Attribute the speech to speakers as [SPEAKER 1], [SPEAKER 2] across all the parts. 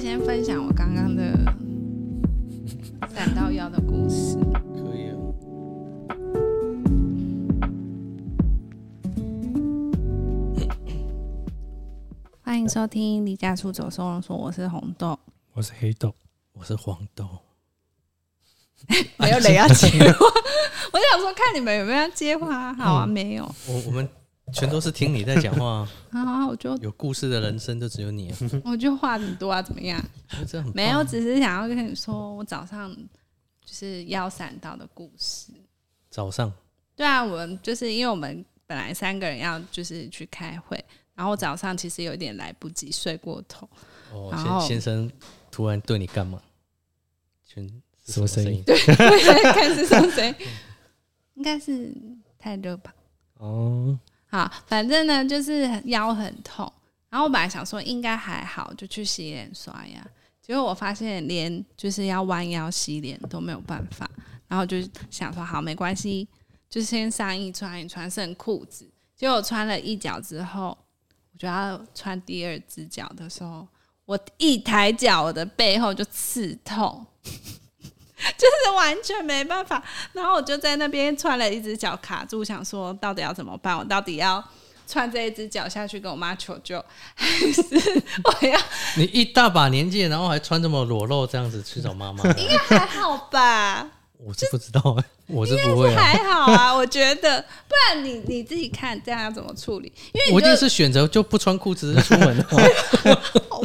[SPEAKER 1] 先分享我刚刚的闪到腰的故事。
[SPEAKER 2] 可以啊。
[SPEAKER 1] 欢迎收听《离家出走收容所》，我是红豆。
[SPEAKER 3] 我是黑豆，
[SPEAKER 2] 我是黄豆，
[SPEAKER 1] 没有人要接 话，我想说看你们有没有要接话。好啊，没有。
[SPEAKER 2] 我我们全都是听你在讲话啊，
[SPEAKER 1] 好啊，我就
[SPEAKER 2] 有故事的人生就只有你啊，
[SPEAKER 1] 我就话很多啊，怎么样？
[SPEAKER 2] 我觉得这很棒
[SPEAKER 1] 没有，只是想要跟你说，我早上就是腰闪到的故事。
[SPEAKER 2] 早上
[SPEAKER 1] 对啊，我们就是因为我们本来三个人要就是去开会，然后早上其实有点来不及睡过头，
[SPEAKER 2] 哦，
[SPEAKER 1] 然后
[SPEAKER 2] 先先生突然对你干嘛？全是
[SPEAKER 3] 什么声音
[SPEAKER 2] 音？
[SPEAKER 1] 我现在 看是送谁，应该是太热吧。
[SPEAKER 3] 哦，
[SPEAKER 1] 好，反正呢就是腰很痛，然后我本来想说应该还好，就去洗脸刷牙，结果我发现连就是要弯腰洗脸都没有办法，然后就想说好没关系，就先上衣穿一穿，剩裤子，结果我穿了一脚之后，我就要穿第二只脚的时候，我一抬脚，我的背后就刺痛。 就是完全没办法，然后我就在那边穿了一只脚卡住，想说到底要怎么办？我到底要穿这一只脚下去跟我妈求救，还是我要
[SPEAKER 2] 你一大把年纪，然后还穿这么裸露这样子去找 妈妈，
[SPEAKER 1] 还好吧？
[SPEAKER 2] 我是不知 道啊，我是不会啊，
[SPEAKER 1] 还好啊，我觉得，不然你你自己看这样要怎么处理？因为你
[SPEAKER 2] 我一定
[SPEAKER 1] 就是
[SPEAKER 2] 选择就不穿裤子出门 啊。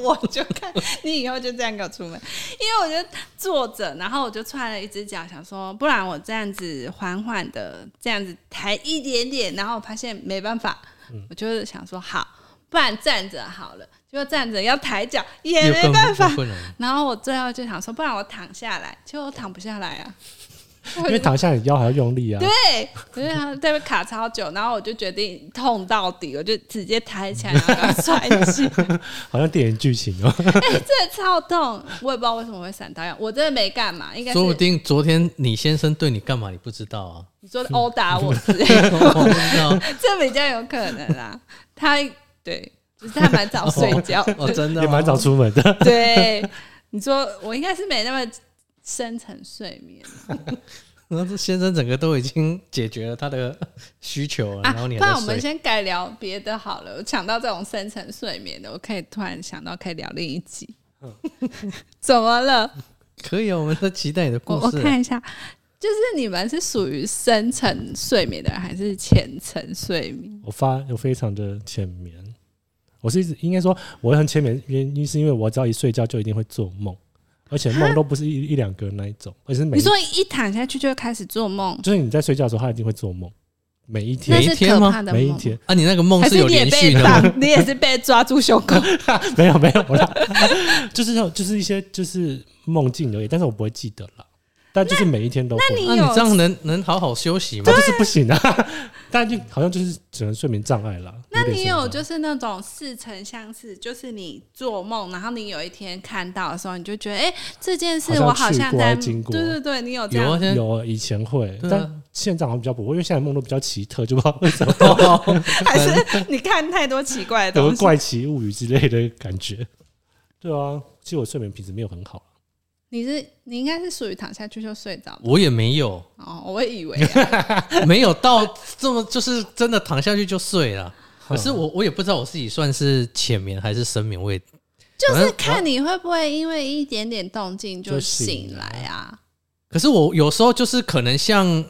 [SPEAKER 1] 我就看你以后就这样给我出门，因为我就坐着，然后我就踹了一只脚，想说不然我这样子缓缓的这样子抬一点点，然后我发现没办法，
[SPEAKER 3] 嗯
[SPEAKER 1] 我就是想说好，不然站着好了，结果站着要抬脚也
[SPEAKER 2] 又
[SPEAKER 1] 没
[SPEAKER 2] 更啊
[SPEAKER 1] 办法
[SPEAKER 2] 更，困难，
[SPEAKER 1] 然后我最后就想说不然我躺下来，结果我躺不下来啊，
[SPEAKER 3] 因为躺下你腰还要用力啊，
[SPEAKER 1] 对，我就想在那边卡超久，然后我就决定痛到底，我就直接抬起来，然后把它踹起来。
[SPEAKER 3] 好像电影剧情 哦。
[SPEAKER 1] 哎真的超痛，我也不知道为什么会闪到腰，我真的没干嘛，应该是
[SPEAKER 2] 说不定昨天你先生对你干嘛，你不知道 啊，哦
[SPEAKER 1] 你说的殴打我之类的，
[SPEAKER 2] 我不知道。
[SPEAKER 1] 这比较有可能啦。他对，就是他蛮早睡觉，
[SPEAKER 2] 哦，真的
[SPEAKER 3] 也蛮早
[SPEAKER 2] 出。
[SPEAKER 3] 出门的，
[SPEAKER 1] 对，你说我应该是没那么深层睡眠
[SPEAKER 2] 哦 然后这先生整个都已经解决了他的需求了，
[SPEAKER 1] 啊，
[SPEAKER 2] 然后你
[SPEAKER 1] 不然
[SPEAKER 2] 还
[SPEAKER 1] 我们
[SPEAKER 2] 在睡。
[SPEAKER 1] 先改聊别的好了。我想到这种深层睡眠的，我可以突然想到可以聊另一集。
[SPEAKER 2] 嗯
[SPEAKER 1] 怎么了？
[SPEAKER 2] 可以啊，我们在期待你的
[SPEAKER 1] 我
[SPEAKER 2] 故
[SPEAKER 1] 我
[SPEAKER 2] 事啊。
[SPEAKER 1] 看一下，就是你们是属于深层睡眠的人，还是浅层睡眠？
[SPEAKER 3] 我发我非常的浅眠，我是一直应该说我很浅眠，原因是因为我只要一睡觉就一定会做梦，而且梦都不是一一两个那一种，而是每
[SPEAKER 1] 你
[SPEAKER 3] 一
[SPEAKER 1] 说一躺下去就会开始做梦，
[SPEAKER 3] 就是你在睡觉的时候，他一定会做梦，每一
[SPEAKER 1] 那
[SPEAKER 3] 天
[SPEAKER 1] 是
[SPEAKER 2] 每一天
[SPEAKER 1] 可
[SPEAKER 2] 吗
[SPEAKER 1] 怕的梦。
[SPEAKER 3] 每一天，
[SPEAKER 2] 啊，你那个梦
[SPEAKER 1] 还
[SPEAKER 2] 是有
[SPEAKER 1] 你也
[SPEAKER 2] 连续
[SPEAKER 1] 被
[SPEAKER 2] 的吗？啊
[SPEAKER 1] 绑， 你也是被抓住胸口，
[SPEAKER 3] 没有没有啦，就是那种就是一些就是梦境而已，但是我不会记得啦，但就是每一天都会。
[SPEAKER 1] 你
[SPEAKER 2] 那你
[SPEAKER 1] 有
[SPEAKER 2] 这样能能好好休息吗
[SPEAKER 3] 那？就是不行啊！ 但就好像就是只能睡眠障碍啦。
[SPEAKER 1] 那你有
[SPEAKER 3] 点
[SPEAKER 1] 就是那种似曾相识，就是你做梦，然后你有一天看到的时候，你就觉得，哎、这件事我好像
[SPEAKER 3] 好像去过
[SPEAKER 1] 在，
[SPEAKER 3] 还
[SPEAKER 1] 对
[SPEAKER 3] 经过
[SPEAKER 1] 对对，你有这
[SPEAKER 2] 有啊，
[SPEAKER 1] 样，
[SPEAKER 2] 现在
[SPEAKER 3] 像有以前会，
[SPEAKER 2] 对啊
[SPEAKER 3] 但现在好像比较不会，因为现在梦都比较奇特，就不知道 为什么
[SPEAKER 1] 还是 你看太多奇怪的
[SPEAKER 3] 有个
[SPEAKER 1] 东西？
[SPEAKER 3] 怪奇物语之类的感觉。对啊，其实我睡眠品质没有很好，啊
[SPEAKER 1] 你是你应该是属于躺下去就睡着的
[SPEAKER 2] 我也没有，
[SPEAKER 1] 哦，我以为、啊、
[SPEAKER 2] 没有到这么就是真的躺下去就睡了。可是我我也不知道我自己算是浅眠还是深眠，我也
[SPEAKER 1] 就是看你会不会因为一点点动静就
[SPEAKER 3] 就醒
[SPEAKER 1] 醒来啊？
[SPEAKER 2] 可是我有时候就是可能像，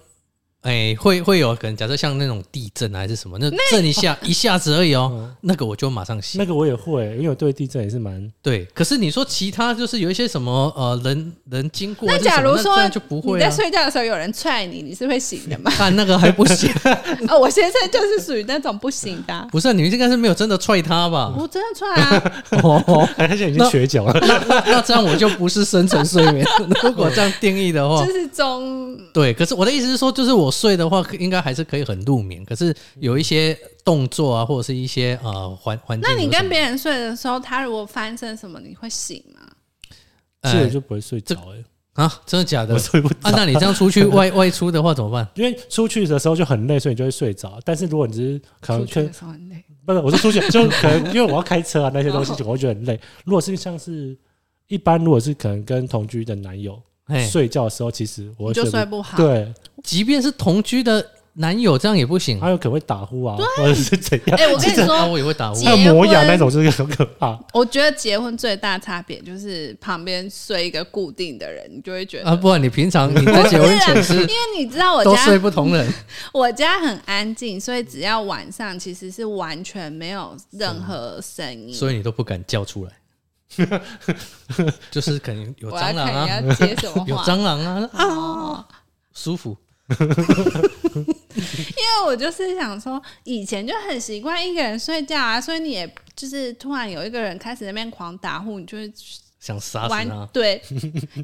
[SPEAKER 2] 哎、会会有可能假设像那种地震啊还是什么，那震一下一下子而已哦，
[SPEAKER 3] 嗯
[SPEAKER 2] 那个我就马上醒。
[SPEAKER 3] 那个我也会，因为我对地震也是蛮
[SPEAKER 2] 对，可是你说其他就是有一些什么呃人人经过
[SPEAKER 1] 那
[SPEAKER 2] 还是什么，
[SPEAKER 1] 假如说
[SPEAKER 2] 这样就不
[SPEAKER 1] 你
[SPEAKER 2] 会
[SPEAKER 1] 在
[SPEAKER 2] 啊，
[SPEAKER 1] 睡觉的时候有人踹你，你是会醒的吗？
[SPEAKER 2] 看那个还不行，
[SPEAKER 1] 哦，我先生就是属于那种不行的啊、
[SPEAKER 2] 不是啊你应该是没有真的踹他 吧？
[SPEAKER 1] 我真的踹 啊！
[SPEAKER 2] 哦，
[SPEAKER 3] 哎，他现在已经瘸脚了，
[SPEAKER 2] 那这样我就不是深层睡眠。 如果这样定义的话
[SPEAKER 1] 就，是中
[SPEAKER 2] 对，可是哦我的意思是说，就是我睡的话，应该还是可以很入眠，可是有一些动作啊，或者是一些呃环环境
[SPEAKER 1] 那
[SPEAKER 2] 有什么，
[SPEAKER 1] 你跟别人睡的时候，他如果翻身什么，你会醒吗？
[SPEAKER 3] 所以
[SPEAKER 2] 哎
[SPEAKER 3] 我就不会睡着，哎，
[SPEAKER 2] 啊，真的假的
[SPEAKER 3] 我？睡不着
[SPEAKER 2] 啊，。那你这样出 去外外出的话怎么办？
[SPEAKER 3] 因为出去的时候就很累，所以你就会睡着。但是如果你只是可能
[SPEAKER 1] 出去
[SPEAKER 3] 跟
[SPEAKER 1] 的时候很累，
[SPEAKER 3] 不是，我是出去就可能因为我要开车啊那些东西，我会觉得很累。如果是像是一般如果是可能跟同居的男友
[SPEAKER 2] 哎，
[SPEAKER 3] 睡觉的时候，其实我
[SPEAKER 1] 你就
[SPEAKER 3] 会睡
[SPEAKER 1] 睡
[SPEAKER 3] 不
[SPEAKER 1] 不好。
[SPEAKER 2] 啊
[SPEAKER 3] 对，
[SPEAKER 2] 即便是同居的男友，这样也不行。
[SPEAKER 3] 他有可能会打呼啊，或者是怎样，
[SPEAKER 1] 哎、 我跟你
[SPEAKER 2] 啊，
[SPEAKER 1] 说，
[SPEAKER 2] 我也会打呼
[SPEAKER 1] 结。
[SPEAKER 3] 还有磨牙那种，就是很可怕。
[SPEAKER 1] 我觉得结婚最大差别就是旁边睡一个固定的人，你就会 觉得啊
[SPEAKER 2] 啊，不然你平常你在结婚前 是
[SPEAKER 1] 因为你知道我
[SPEAKER 2] 都
[SPEAKER 1] 家
[SPEAKER 2] 睡不同人，
[SPEAKER 1] 我家很安静，所以只要晚上其实是完全没有任何声音。
[SPEAKER 2] 所以你都不敢叫出来， 就是可能有
[SPEAKER 1] 我要
[SPEAKER 2] 蟑
[SPEAKER 1] 看
[SPEAKER 2] 螂
[SPEAKER 1] 你
[SPEAKER 2] 啊，
[SPEAKER 1] 要接什么
[SPEAKER 2] 有
[SPEAKER 1] 话，哦
[SPEAKER 2] 蟑螂啊啊，舒服。
[SPEAKER 1] 因为我就是想说，以前就很习惯一个人睡觉啊，所以你也就是突然有一个人开始在那边狂打呼，你就会
[SPEAKER 2] 想杀
[SPEAKER 1] 完
[SPEAKER 2] 死他，
[SPEAKER 1] 对，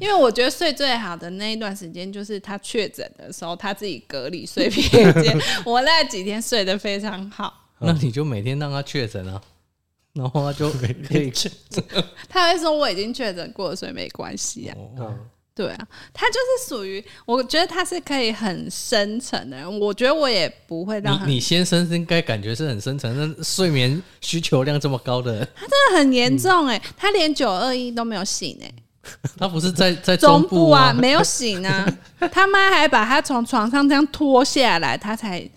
[SPEAKER 1] 因为我觉得睡最好的那一段时间就是他确诊的时候，他自己隔离睡偏 间，我那几天睡得非常好。
[SPEAKER 2] 那你就每天让他确诊啊，然后 他就可以
[SPEAKER 1] 他会说我已经确诊过了，所以没关系啊。
[SPEAKER 2] 哦
[SPEAKER 3] 嗯，
[SPEAKER 1] 对啊，他就是属于，我觉得他是可以很深沉的人。我觉得我也不会让他
[SPEAKER 2] 你你先生应该感觉是很深沉，那睡眠需求量这么高的人，
[SPEAKER 1] 真的很严重哎、他连九二一都没有醒哎、
[SPEAKER 2] 他不是在在
[SPEAKER 1] 中
[SPEAKER 2] 部
[SPEAKER 1] 部啊没有醒 啊，他妈还把他从床上这样拖下来，他才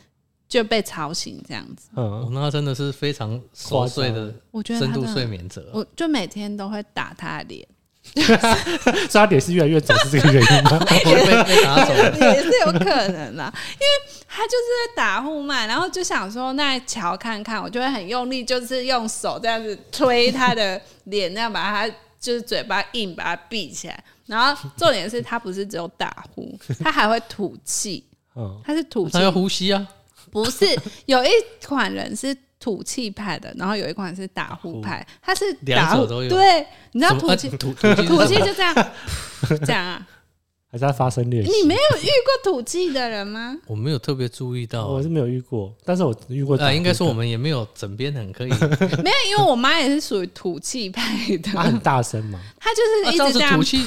[SPEAKER 1] 就被吵醒这样子。
[SPEAKER 2] 哦
[SPEAKER 3] 嗯，
[SPEAKER 2] 那他真的是非常熟睡的
[SPEAKER 1] 我觉得
[SPEAKER 2] 深
[SPEAKER 1] 他
[SPEAKER 2] 度
[SPEAKER 1] 真
[SPEAKER 2] 睡
[SPEAKER 1] 的，
[SPEAKER 2] 眠者，
[SPEAKER 1] 我就每天都会打他的脸，
[SPEAKER 3] 所以他脸是越来越肿，是这个原因吗？
[SPEAKER 2] 被被打走 了。
[SPEAKER 1] 也是有可能啦， 因为他就是在打呼嘛，然后就想说那瞧看看，我就会很用力，就是用手这样子推他的脸，那样把他就是嘴巴硬把它闭起来。然后重点是他不是只有打呼，他还会吐气，
[SPEAKER 3] 嗯，
[SPEAKER 1] 他是吐气
[SPEAKER 2] 他，要呼吸啊，
[SPEAKER 1] 不是 有一款人是。吐气派的，然后有一款是打呼派，他是打
[SPEAKER 2] 两
[SPEAKER 1] 呼
[SPEAKER 2] 种都有
[SPEAKER 1] 对，你知道
[SPEAKER 2] 什么
[SPEAKER 1] 吐
[SPEAKER 2] 啊
[SPEAKER 1] 气，
[SPEAKER 2] 吐吐气是
[SPEAKER 1] 吐气
[SPEAKER 2] 什么
[SPEAKER 1] 就 这样，这样啊？
[SPEAKER 3] 还是他发生裂
[SPEAKER 1] 哎你
[SPEAKER 3] 隙？
[SPEAKER 1] 没有遇过吐气的人 吗？
[SPEAKER 2] 我没有特别注意到
[SPEAKER 3] 哦我，是没有遇过，但是我遇过打呼
[SPEAKER 2] 呃，
[SPEAKER 3] 的。
[SPEAKER 2] 应该说我们也没有枕边很可以，啊
[SPEAKER 1] 没有，因为我妈也是属于吐气派的，
[SPEAKER 3] 他很大声嘛。
[SPEAKER 1] 她就是一
[SPEAKER 2] 这样
[SPEAKER 1] 直这
[SPEAKER 2] 子
[SPEAKER 1] 样
[SPEAKER 2] 啊吐气。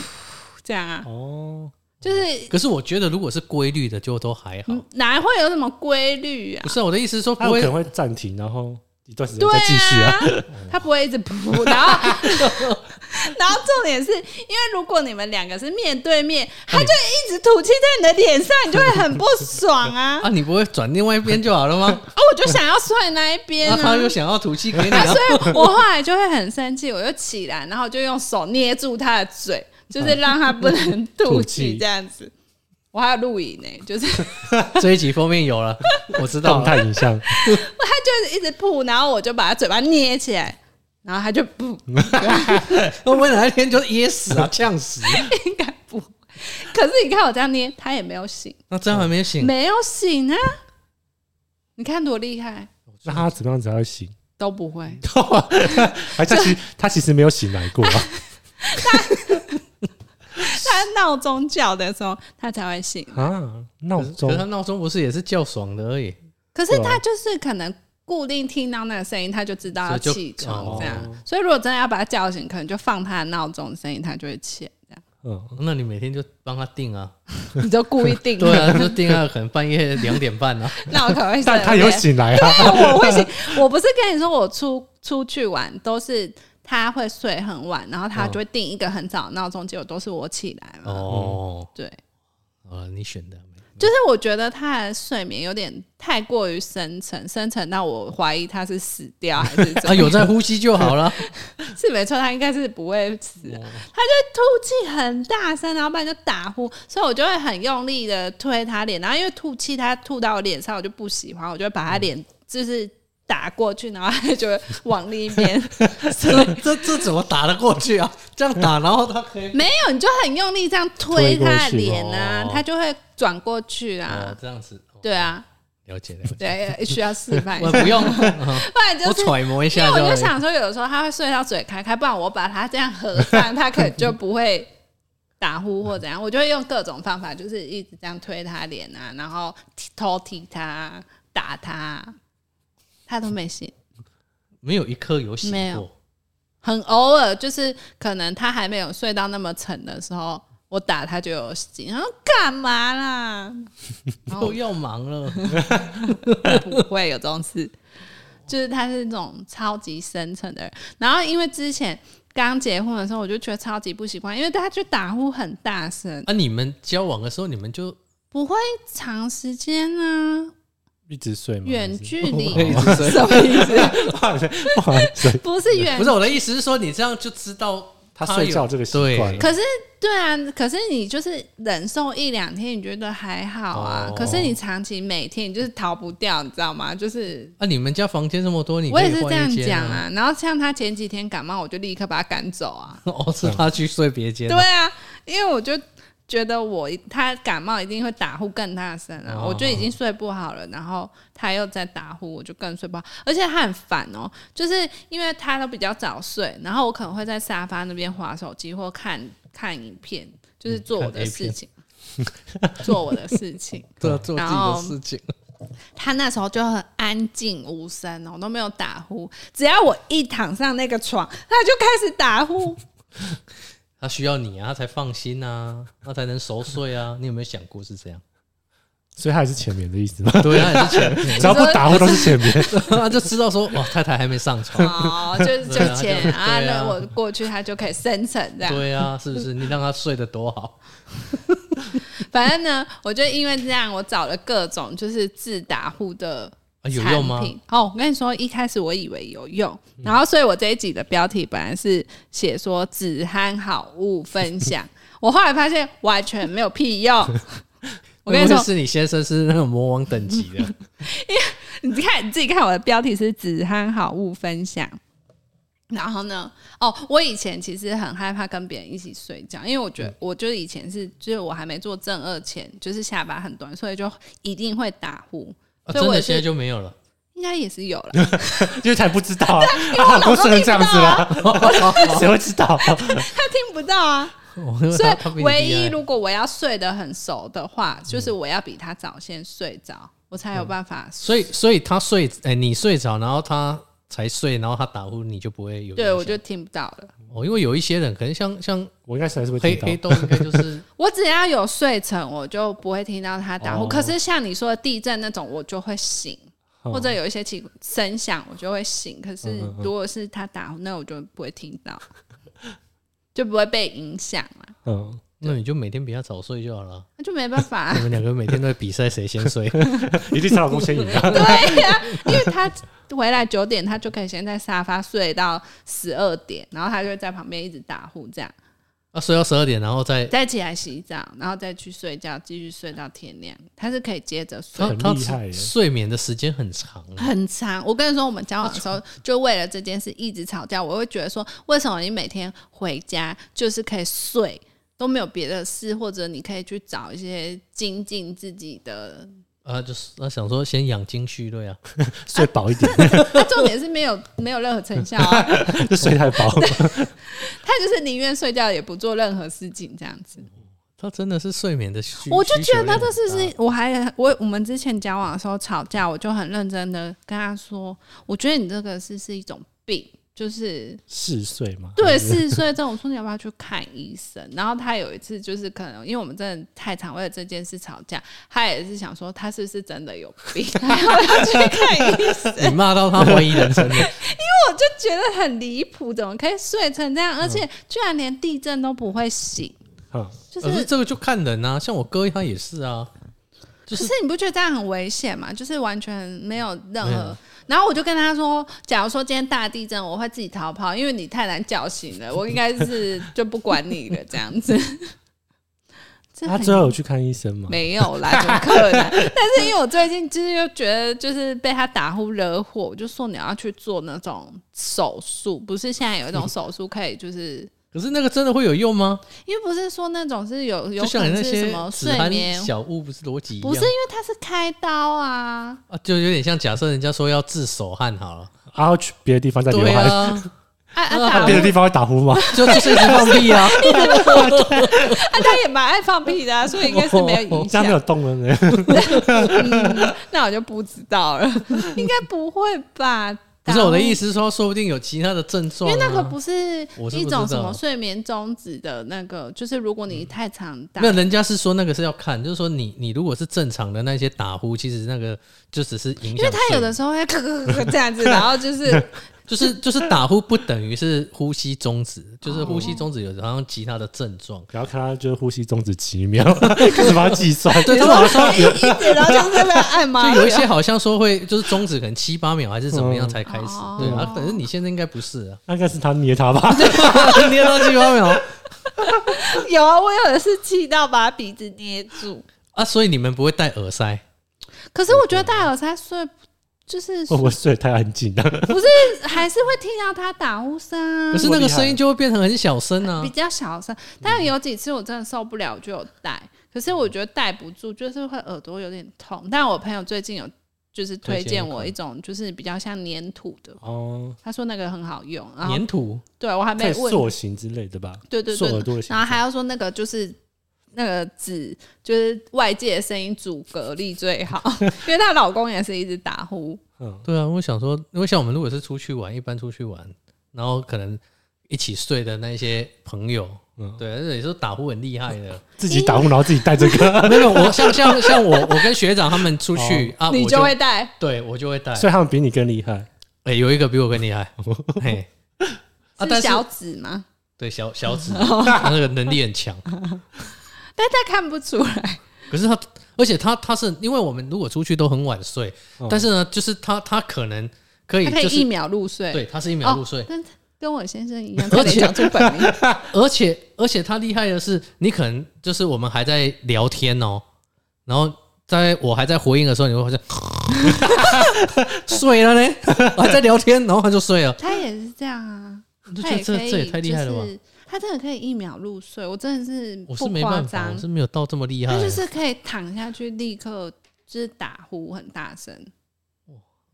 [SPEAKER 1] 这样啊，
[SPEAKER 3] 哦，
[SPEAKER 1] 就是嗯
[SPEAKER 2] 可是我觉得如果是规律的，就都还好。
[SPEAKER 1] 哪会有什么规律啊
[SPEAKER 2] 不？是啊我的意思是说
[SPEAKER 3] 他
[SPEAKER 2] 不
[SPEAKER 3] 有可
[SPEAKER 2] 会
[SPEAKER 3] 能会暂停，然后一段时间
[SPEAKER 1] 对
[SPEAKER 3] 再继续 啊。
[SPEAKER 1] 啊，她不会一直噗，然后 然后重点是因为如果你们两个是面对面，她就一直吐气在你的脸上，你就会很不爽啊。
[SPEAKER 2] 啊，你不会转另外一边就好了吗？
[SPEAKER 1] 啊，我就想要睡那一边
[SPEAKER 2] 啊，他
[SPEAKER 1] 啊。
[SPEAKER 2] 又想要吐气给你
[SPEAKER 1] 啊，
[SPEAKER 2] 啊
[SPEAKER 1] 所，以我后来就会很生气，我就起来，然后就用手捏住他的嘴，就是让他不能吐
[SPEAKER 3] 吐
[SPEAKER 1] 气
[SPEAKER 3] 气
[SPEAKER 1] 这样子。我还有录影呢、就是
[SPEAKER 2] 这一集封面有了，我知道
[SPEAKER 3] 动
[SPEAKER 2] 了。
[SPEAKER 3] 态影像，
[SPEAKER 1] 他就是一直吐，然后我就把他嘴巴捏起来，然后他就不
[SPEAKER 2] 会不会哪一天就噎死啊，呛死？
[SPEAKER 1] 应该不。可是你看我这样捏，他也没有醒，
[SPEAKER 2] 那这样还没醒，
[SPEAKER 1] 没有醒啊！你看多厉害，
[SPEAKER 3] 那他怎么样子才会醒？
[SPEAKER 1] 都不 会。
[SPEAKER 3] 还是他 其实他其实没有醒来过啊。
[SPEAKER 1] 他闹钟叫的时候，他才会醒。
[SPEAKER 3] 啊，闹
[SPEAKER 2] 可是他
[SPEAKER 3] 钟
[SPEAKER 2] 闹钟不是也是叫爽的而已，
[SPEAKER 1] 可是他就是可能固定听到那个声音，他就知道要
[SPEAKER 2] 所以就
[SPEAKER 1] 起床
[SPEAKER 2] 哦
[SPEAKER 1] 这样。所以如果真的要把他叫醒，可能就放他的闹钟声音，他就会 起来。这样
[SPEAKER 3] 嗯，
[SPEAKER 2] 哦那你每天就帮他定啊，
[SPEAKER 1] 你就故意定，
[SPEAKER 2] 对啊，就定啊，可能半夜两点半啊，
[SPEAKER 1] 那我可能会
[SPEAKER 3] 但
[SPEAKER 1] 生
[SPEAKER 3] 他有
[SPEAKER 1] 气
[SPEAKER 3] 醒来啊。
[SPEAKER 1] 我会醒。我不是跟你说我出出去玩都是他会睡很晚，然后他就会定一个很早的闹钟，结果都是我起来嘛。
[SPEAKER 2] 哦，
[SPEAKER 1] 对，
[SPEAKER 2] 啊，你选的没
[SPEAKER 1] 就是我觉得他的睡眠有点太过于深沉，深沉到我怀疑他是死掉还是怎
[SPEAKER 2] 啊，
[SPEAKER 1] 么样。
[SPEAKER 2] 有在呼吸就好了。
[SPEAKER 1] 是没错，他应该是不会死
[SPEAKER 2] 哦
[SPEAKER 1] 的，他就吐气很大声，然后不然就打呼，所以我就会很用力的推他脸，然后因为吐气他吐到我脸上，我就不喜欢，我就会把他脸
[SPEAKER 2] 嗯
[SPEAKER 1] 就是打过去，然后他就会往另一 边。
[SPEAKER 2] 这这这怎么打得过去啊？这样打，然后他可以
[SPEAKER 1] 没有，你就很用力这样推他的脸啊
[SPEAKER 2] 推过去哦，
[SPEAKER 1] 他就会转过去
[SPEAKER 2] 哦
[SPEAKER 1] 啊，，
[SPEAKER 2] 这样子，哦
[SPEAKER 1] 对啊，
[SPEAKER 2] 了解了解。
[SPEAKER 1] 对，需要示范一
[SPEAKER 2] 我
[SPEAKER 1] 下，
[SPEAKER 2] 不用，嗯
[SPEAKER 1] 不然 就
[SPEAKER 2] 我
[SPEAKER 1] 是。
[SPEAKER 2] 揣摩一
[SPEAKER 1] 因为
[SPEAKER 2] 下
[SPEAKER 1] 我
[SPEAKER 2] 就
[SPEAKER 1] 就
[SPEAKER 2] 好了。
[SPEAKER 1] 想说，有的时候他会睡到嘴开开，不然我把他这样合上，他可能就不会打呼或怎样。我就会用各种方法，就是一直这样推他脸啊，然后踢偷踢他、打他，他都没醒。
[SPEAKER 2] 没有一刻有醒
[SPEAKER 1] 没有
[SPEAKER 2] 过，
[SPEAKER 1] 很偶尔，就是可能他还没有睡到那么沉的时候，我打他就有醒。然后干嘛啦？然后
[SPEAKER 2] 都要忙了。
[SPEAKER 1] 不会有这种事，就是他是那种超级深沉的人。然后因为之前刚结婚的时候，我就觉得超级不习惯，因为他就打呼很大声，
[SPEAKER 2] 啊，你们交往的时候，你们就
[SPEAKER 1] 不会长时间啊，
[SPEAKER 3] 一直睡吗？
[SPEAKER 1] 远距离
[SPEAKER 2] 一直睡
[SPEAKER 1] 什么意思？
[SPEAKER 3] 不好意思，不好意思，
[SPEAKER 1] 不是远
[SPEAKER 2] 不是我的意思是说，你这样就知道
[SPEAKER 3] 他睡觉这个习惯了
[SPEAKER 1] 可是，对啊，可是你就是忍受一两天，你觉得还好啊。
[SPEAKER 2] 哦
[SPEAKER 1] 可是你长期每天，你就是逃不掉，你知道吗？就是
[SPEAKER 2] 啊，你们家房间这么多，你
[SPEAKER 1] 我
[SPEAKER 2] 可
[SPEAKER 1] 也
[SPEAKER 2] 以
[SPEAKER 1] 是这
[SPEAKER 2] 换
[SPEAKER 1] 样
[SPEAKER 2] 一间
[SPEAKER 1] 讲
[SPEAKER 2] 啊。
[SPEAKER 1] 啊。然后像他前几天感冒，我就立刻把他赶走啊。
[SPEAKER 2] 哦，是他去睡别间
[SPEAKER 1] 对
[SPEAKER 2] 了，
[SPEAKER 1] 啊，因为我就觉得我他感冒一定会打呼更大声啊，
[SPEAKER 2] 哦
[SPEAKER 1] 我就已经睡不好了，然后他又在打呼，我就更睡不好，而且他很烦哦，就是因为他都比较早睡，然后我可能会在沙发那边划手机或看看影片，就是做我的事情， 做我的事情。
[SPEAKER 2] 对啊，做自
[SPEAKER 1] 然
[SPEAKER 2] 己的
[SPEAKER 1] 后
[SPEAKER 2] 事情。
[SPEAKER 1] 他那时候就很安静无声哦，都没有打呼，只要我一躺上那个床，他就开始打呼。
[SPEAKER 2] 他需要你啊，他才放心啊，他才能熟睡啊。你有没有想过是这样？
[SPEAKER 3] 所以他也是前面的意思吗？
[SPEAKER 2] 对 啊，也是前面，
[SPEAKER 3] 只要不打呼都是前面。
[SPEAKER 2] 他就知道说哇，太太还没上 床。
[SPEAKER 1] 哦，就是就
[SPEAKER 2] 啊对啊
[SPEAKER 1] 钱
[SPEAKER 2] 就
[SPEAKER 1] 啊，
[SPEAKER 2] 对啊
[SPEAKER 1] 那我过去他就可以生成这样。
[SPEAKER 2] 对啊，是不是？你让他睡得多好？
[SPEAKER 1] 反正呢，我就因为这样，我找了各种就是自打呼的
[SPEAKER 2] 啊、有用
[SPEAKER 1] 产
[SPEAKER 2] 吗？嗯
[SPEAKER 1] 品。哦，我跟你说，一开始我以为有用，然后所以我这一集的标题本来是写说“止鼾好物分享”，我后来发现完全没有屁用。 我跟你
[SPEAKER 2] 会
[SPEAKER 1] 说
[SPEAKER 2] 不会，是你先生是那种魔王等级 的，
[SPEAKER 1] 你看你自己看我的标题是“子憨好物分享”，然后呢，哦，我以前其实很害怕跟别人一起睡觉，因为我觉得我就以前是，就是我还没做正二前，就是下巴很短，所以就一定会打呼，
[SPEAKER 2] 啊、
[SPEAKER 1] 所以
[SPEAKER 2] 真
[SPEAKER 1] 我
[SPEAKER 2] 的
[SPEAKER 1] 也
[SPEAKER 2] 现在
[SPEAKER 1] 是
[SPEAKER 2] 就没有了。
[SPEAKER 1] 应该也是有 了。
[SPEAKER 3] 因为才不知道啊，他老公睡成这样子
[SPEAKER 1] 啊
[SPEAKER 3] 了，谁会知道？啊
[SPEAKER 1] 他听不到 啊，所
[SPEAKER 2] 所
[SPEAKER 1] 以唯一如果我要睡得很熟的话，就是我要比他早先睡着，我才有办法睡。
[SPEAKER 2] 嗯所以所以他睡，哎、你睡着，然后他才睡，然后他打呼，你就不会有。
[SPEAKER 1] 对，我就听不到了。
[SPEAKER 2] 哦，因为有一些人可能像像
[SPEAKER 3] 我应该算是会
[SPEAKER 2] 黑
[SPEAKER 3] 听到
[SPEAKER 2] 黑。洞，应该就是
[SPEAKER 1] 我只要有睡沉，我就不会听到他打呼。
[SPEAKER 2] 哦
[SPEAKER 1] 可是像你说的地震那种，我就会醒，或者有一些起声响，我就会醒。可是
[SPEAKER 3] 哦嗯嗯嗯
[SPEAKER 1] 如果是他打呼，那我就不会听到，就不会被影响了。
[SPEAKER 3] 嗯，
[SPEAKER 2] 那你就每天比他早睡就好 了。
[SPEAKER 1] 那就没办法、啊
[SPEAKER 2] 你们两个每天都在比赛谁先 睡，
[SPEAKER 3] 一定是老公先赢啊。
[SPEAKER 1] 对呀、因为他回来九点，他就可以先在沙发睡到十二点，然后他就会在旁边一直打呼，这样
[SPEAKER 2] 啊，睡到十二点，然后再
[SPEAKER 1] 再起来洗澡，然后再去睡觉，继续睡到天亮。他是可以接着睡
[SPEAKER 2] 他
[SPEAKER 3] 很
[SPEAKER 2] 他
[SPEAKER 3] 厉害耶
[SPEAKER 2] 睡眠的时间很长啊、
[SPEAKER 1] 很长。我跟你说，我们交往的时候就为了这件事一直吵架。我会觉得说，为什么你每天回家就是可以睡，都没有别的事，或者你可以去找一些精进自己的。
[SPEAKER 2] 啊，就是他想说先养精蓄锐啊，
[SPEAKER 3] 睡饱一点，
[SPEAKER 1] 那重点是没有没有任何成效 啊，
[SPEAKER 3] 就睡太饱。
[SPEAKER 1] 他就是宁愿睡觉也不做任何事情这样子。
[SPEAKER 2] 他真的是睡眠的需，
[SPEAKER 1] 我就
[SPEAKER 2] 需求
[SPEAKER 1] 觉得
[SPEAKER 2] 量
[SPEAKER 1] 这是
[SPEAKER 2] 很大
[SPEAKER 1] 是，我还我我们之前交往的时候吵架，我就很认真的跟他说，我觉得你这个是是一种病，就是
[SPEAKER 3] 嗜睡嘛，
[SPEAKER 1] 对，四十岁这种，我说你要不要去看医生？然后他有一次就是可能因为我们真的太常为了这件事吵架，他也是想说他是不是真的有病，然后要去看医生，
[SPEAKER 2] 你骂到他怀疑人生了，
[SPEAKER 1] 我就觉得很离谱，怎么可以睡成这样？而且居然连地震都不会醒，
[SPEAKER 3] 嗯，
[SPEAKER 1] 就
[SPEAKER 2] 可是
[SPEAKER 1] 是。
[SPEAKER 2] 呃这个就看人啊，像我哥他也是啊，就
[SPEAKER 1] 可
[SPEAKER 2] 是
[SPEAKER 1] 是你不觉得这样很危险吗？就是完全没有任
[SPEAKER 2] 没
[SPEAKER 1] 何
[SPEAKER 2] 有。
[SPEAKER 1] 然后我就跟他说，假如说今天大地震，我会自己逃跑，因为你太难叫醒了，我应该是就不管你了这样子。 这
[SPEAKER 3] 他
[SPEAKER 1] 很
[SPEAKER 3] 最后有去看医生吗？
[SPEAKER 1] 没有啦，怎么可 能？但是因为我最近就是又觉得就是被他打呼惹火，我就说你要去做那种手术，不是现在有一种手术可以就是。
[SPEAKER 2] 可是那个真的会有用吗？
[SPEAKER 1] 因为不是说那种是有有
[SPEAKER 2] 就
[SPEAKER 1] 可
[SPEAKER 2] 像你
[SPEAKER 1] 能
[SPEAKER 2] 那
[SPEAKER 1] 是什
[SPEAKER 2] 些
[SPEAKER 1] 么
[SPEAKER 2] 止
[SPEAKER 1] 睡眠
[SPEAKER 2] 鼾，小物不是逻辑一样
[SPEAKER 1] 不是因为它是开刀啊，
[SPEAKER 2] 啊，就有点像假设人家说要治手汗好了，
[SPEAKER 3] 然啊后去别的地方再流
[SPEAKER 2] 对
[SPEAKER 3] 汗，
[SPEAKER 2] 啊，
[SPEAKER 1] 啊啊
[SPEAKER 2] 那
[SPEAKER 1] 打呼
[SPEAKER 3] 别的地方会打呼吗？
[SPEAKER 2] 就就是一直放屁 啊，
[SPEAKER 1] 啊，他也蛮爱放屁 的、啊，所以应该是没有影
[SPEAKER 3] 这
[SPEAKER 1] 响。
[SPEAKER 3] 样没
[SPEAKER 2] 哦
[SPEAKER 3] 有动了 呢。
[SPEAKER 1] 嗯，那我就不知道了，应该不会吧？
[SPEAKER 2] 不是我的
[SPEAKER 1] 思。
[SPEAKER 2] 意思是说，说不定有其他的症状、
[SPEAKER 1] 因
[SPEAKER 2] 啊，
[SPEAKER 1] 为那个不是
[SPEAKER 2] 我是不
[SPEAKER 1] 一
[SPEAKER 2] 知
[SPEAKER 1] 种什
[SPEAKER 2] 道嗯
[SPEAKER 1] 么睡眠中止的那个，就是如果你太常打
[SPEAKER 2] 没，有，人家是说那个是要看，就是说你你如果是正常的那些打呼，其实那个就只是影响睡
[SPEAKER 1] 因
[SPEAKER 2] 眠，
[SPEAKER 1] 为他有的时候会咳咳咳咳这样子，然后就是
[SPEAKER 2] 就是就是打呼不等于是呼吸终止，就是呼
[SPEAKER 1] 哦
[SPEAKER 2] 吸终止有好像其他的症状。
[SPEAKER 3] 然后看他就是呼吸终止几秒， 开始把它计算。
[SPEAKER 2] 对他们好像有，
[SPEAKER 4] 一点，然后这样在那按吗？
[SPEAKER 2] 就有一些好像说会就是终止可能七八秒还是怎么样才开始，
[SPEAKER 1] 哦
[SPEAKER 2] 对啊，可是你现在应该不是 啊，
[SPEAKER 3] 那应该是他捏他吧？
[SPEAKER 2] 捏到七八秒
[SPEAKER 4] 有啊，我有的是气到把鼻子捏住，
[SPEAKER 2] 啊，所以你们不会戴耳塞，
[SPEAKER 1] 可是我觉得戴耳塞睡，就是
[SPEAKER 2] 哦
[SPEAKER 3] 我我睡得太安静了，
[SPEAKER 1] 不是还是会听到他打呼声啊
[SPEAKER 2] 可，是那个声音就会变成很小声啊
[SPEAKER 1] 比。较小声。但有几次我真的受不了，我就有戴。可是我觉得戴不住，就是会耳朵有点痛。但我朋友最近有就是推荐我一种，就是比较像粘土的，
[SPEAKER 3] 哦，
[SPEAKER 1] 他说那个很好用。然后
[SPEAKER 2] 粘土
[SPEAKER 1] 对我还
[SPEAKER 3] 在
[SPEAKER 1] 没问，
[SPEAKER 3] 塑形之类的吧？
[SPEAKER 1] 对对
[SPEAKER 3] 塑耳
[SPEAKER 1] 对，
[SPEAKER 3] 朵的形
[SPEAKER 1] 然后还要说那个就是。那个纸就是外界的声音阻隔力最 好，因为她老公也是一直打呼，
[SPEAKER 3] 嗯，
[SPEAKER 2] 对啊，我想说，因为像我们如果是出去玩，一般出去玩，然后可能一起睡的那一些朋友，
[SPEAKER 3] 嗯
[SPEAKER 2] 对，而且有时候打呼很厉 害的。
[SPEAKER 3] 自己打呼，然后自己带这个，
[SPEAKER 2] 没有，我像像像我，我跟学长他们出去啊，
[SPEAKER 1] 哦你
[SPEAKER 2] 我就
[SPEAKER 1] 会戴。
[SPEAKER 2] 对我就会带。
[SPEAKER 3] 所以他们比你更厉害。
[SPEAKER 2] 哎，有一个比我更 厉害，嘿，啊，但
[SPEAKER 1] 是
[SPEAKER 2] 是
[SPEAKER 1] 小指吗？
[SPEAKER 2] 对小 小指，他那个能力很强，
[SPEAKER 1] 但他看不出来，
[SPEAKER 2] 可是他，而且他他是因为我们如果出去都很晚睡，
[SPEAKER 3] 嗯
[SPEAKER 2] 但是呢，就是他他可能可以
[SPEAKER 1] 他可
[SPEAKER 2] 就
[SPEAKER 1] 以一
[SPEAKER 2] 是
[SPEAKER 1] 秒哦入睡。
[SPEAKER 2] 对，他是一秒入睡，
[SPEAKER 1] 但跟我先生一样，
[SPEAKER 2] 而
[SPEAKER 1] 差点
[SPEAKER 2] 且
[SPEAKER 1] 讲出本名。
[SPEAKER 2] 而且而且他厉害的是，你可能就是我们还在聊天哦，然后在我还在回应的时候，你会发现 睡了呢，我还在聊天，然后他就睡了，
[SPEAKER 1] 他也是这样啊，
[SPEAKER 2] 我就
[SPEAKER 1] 他
[SPEAKER 2] 觉得
[SPEAKER 1] 也
[SPEAKER 2] 这
[SPEAKER 1] 可以
[SPEAKER 2] 这也太厉害了吧
[SPEAKER 1] 就！是他真的可以一秒入睡，我真的是
[SPEAKER 2] 我是
[SPEAKER 1] 不
[SPEAKER 2] 没
[SPEAKER 1] 夸
[SPEAKER 2] 办法，
[SPEAKER 1] 张
[SPEAKER 2] 我，是没有到这么厉害
[SPEAKER 1] 他，就是可以躺下去立刻就是打呼很大声。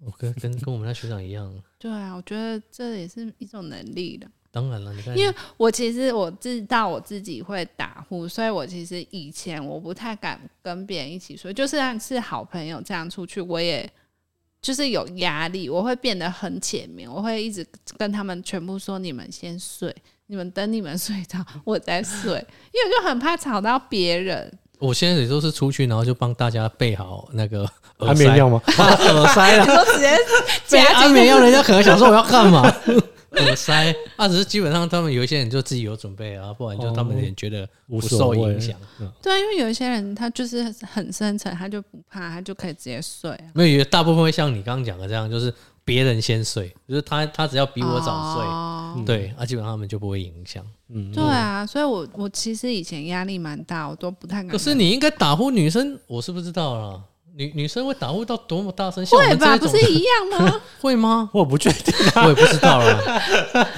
[SPEAKER 2] 我跟跟跟我们那学长一样，
[SPEAKER 1] 对啊，我觉得这也是一种能力的。
[SPEAKER 2] 当然了，你看，
[SPEAKER 1] 因为我其实我知道我自己会打呼，所以我其实以前我不太敢跟别人一起睡，就算是好朋友这样出去，我也就是有压力，我会变得很浅眠，我会一直跟他们全部说：“你们先睡，你们等你们 睡着，我再睡。”因为我就很怕吵到别人。
[SPEAKER 2] 我现在也都是出去，然后就帮大家备好那个耳
[SPEAKER 3] 安
[SPEAKER 2] 塞
[SPEAKER 3] 眠药吗？
[SPEAKER 2] 啊耳塞 啦，
[SPEAKER 4] 我直接
[SPEAKER 2] 备
[SPEAKER 4] 夹
[SPEAKER 2] 安
[SPEAKER 4] 进
[SPEAKER 2] 眠药，人家可能想说我要干嘛？ 耳塞啊，只是基本上他们有一些人就自己有准备啊，不然就他们也觉得不
[SPEAKER 3] 无
[SPEAKER 2] 受
[SPEAKER 3] 所谓
[SPEAKER 2] 影响。。
[SPEAKER 3] 嗯
[SPEAKER 1] 对啊，因为有一些人他就是很深沉，他就不怕，他就可以直接睡啊。
[SPEAKER 2] 没有，有大部分会像你刚刚讲的这样，就是别人先睡，就是他他只要比我早睡，
[SPEAKER 1] 哦
[SPEAKER 2] 对啊，基本上他们就不会影响。
[SPEAKER 3] 嗯，
[SPEAKER 1] 对啊，所以我我其实以前压力蛮大，我都不太敢跟。
[SPEAKER 2] 可是你应该打呼女生，我是不知道啦。女女生会打呼到多么大声？像我
[SPEAKER 1] 会
[SPEAKER 2] 们
[SPEAKER 1] 吧？
[SPEAKER 2] 这
[SPEAKER 1] 不
[SPEAKER 2] 种
[SPEAKER 1] 是一样 吗？
[SPEAKER 2] 会吗？
[SPEAKER 3] 我不确定。
[SPEAKER 2] 我也不知道啦，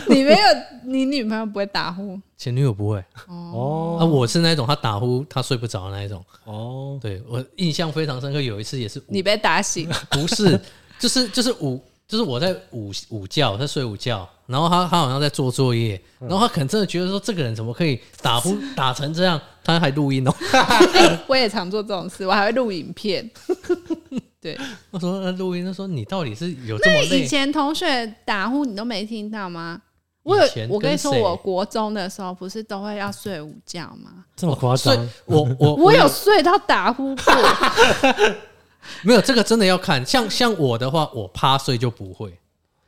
[SPEAKER 1] 你没有，你女朋友不会打呼
[SPEAKER 2] 前女友不会。啊，
[SPEAKER 3] 哦
[SPEAKER 2] 我是那种他打呼他睡不着的那一种。
[SPEAKER 3] 哦，
[SPEAKER 2] 对我印象非常深刻，有一次也是午
[SPEAKER 1] 你被打 醒，
[SPEAKER 2] 不是，就是就是午，就是我在午午觉，在睡午觉，然后他他好像在做作业，然后他可能真的觉得说这个人怎么可以打呼打成这样，他还录音哦。
[SPEAKER 1] 哎我也常做这种事，我还会录影片。对，
[SPEAKER 2] 我说那录音，他说你到底是有这么
[SPEAKER 1] 那以
[SPEAKER 2] 累？
[SPEAKER 1] 前同学打呼你都没听到吗？我有
[SPEAKER 2] 以前，跟
[SPEAKER 1] 我跟你说，
[SPEAKER 2] 谁
[SPEAKER 1] 我国中的时候不是都会要睡午觉吗？
[SPEAKER 3] 这么夸
[SPEAKER 2] 所以
[SPEAKER 3] 张？
[SPEAKER 2] 我我
[SPEAKER 1] 我有睡到打呼过，
[SPEAKER 2] 没有这个真的要看，像像我的话，我趴睡就不会。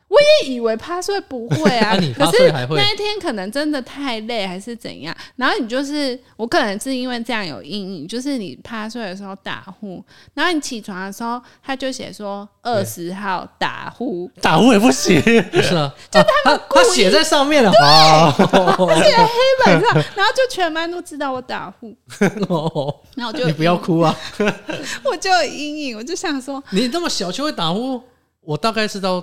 [SPEAKER 1] 我也以为趴睡不会啊
[SPEAKER 2] 那你，趴
[SPEAKER 1] 可
[SPEAKER 2] 睡
[SPEAKER 1] 是
[SPEAKER 2] 还会
[SPEAKER 1] 那一天可能真的太累还是怎样，然后你就是我可能是因为这样有阴影，就是你趴睡的时候打呼，然后你起床的时候他就写说二十号打呼，
[SPEAKER 3] 打呼也不行。
[SPEAKER 2] 不是啊，就他们、他写在上面了，
[SPEAKER 1] 而且黑板上，然后就全班都知道我打呼，
[SPEAKER 2] 哦
[SPEAKER 1] 然后我就
[SPEAKER 2] 你不要哭啊！
[SPEAKER 1] 我就有阴影，我就想说
[SPEAKER 2] 你那么小就会打呼，我大概是到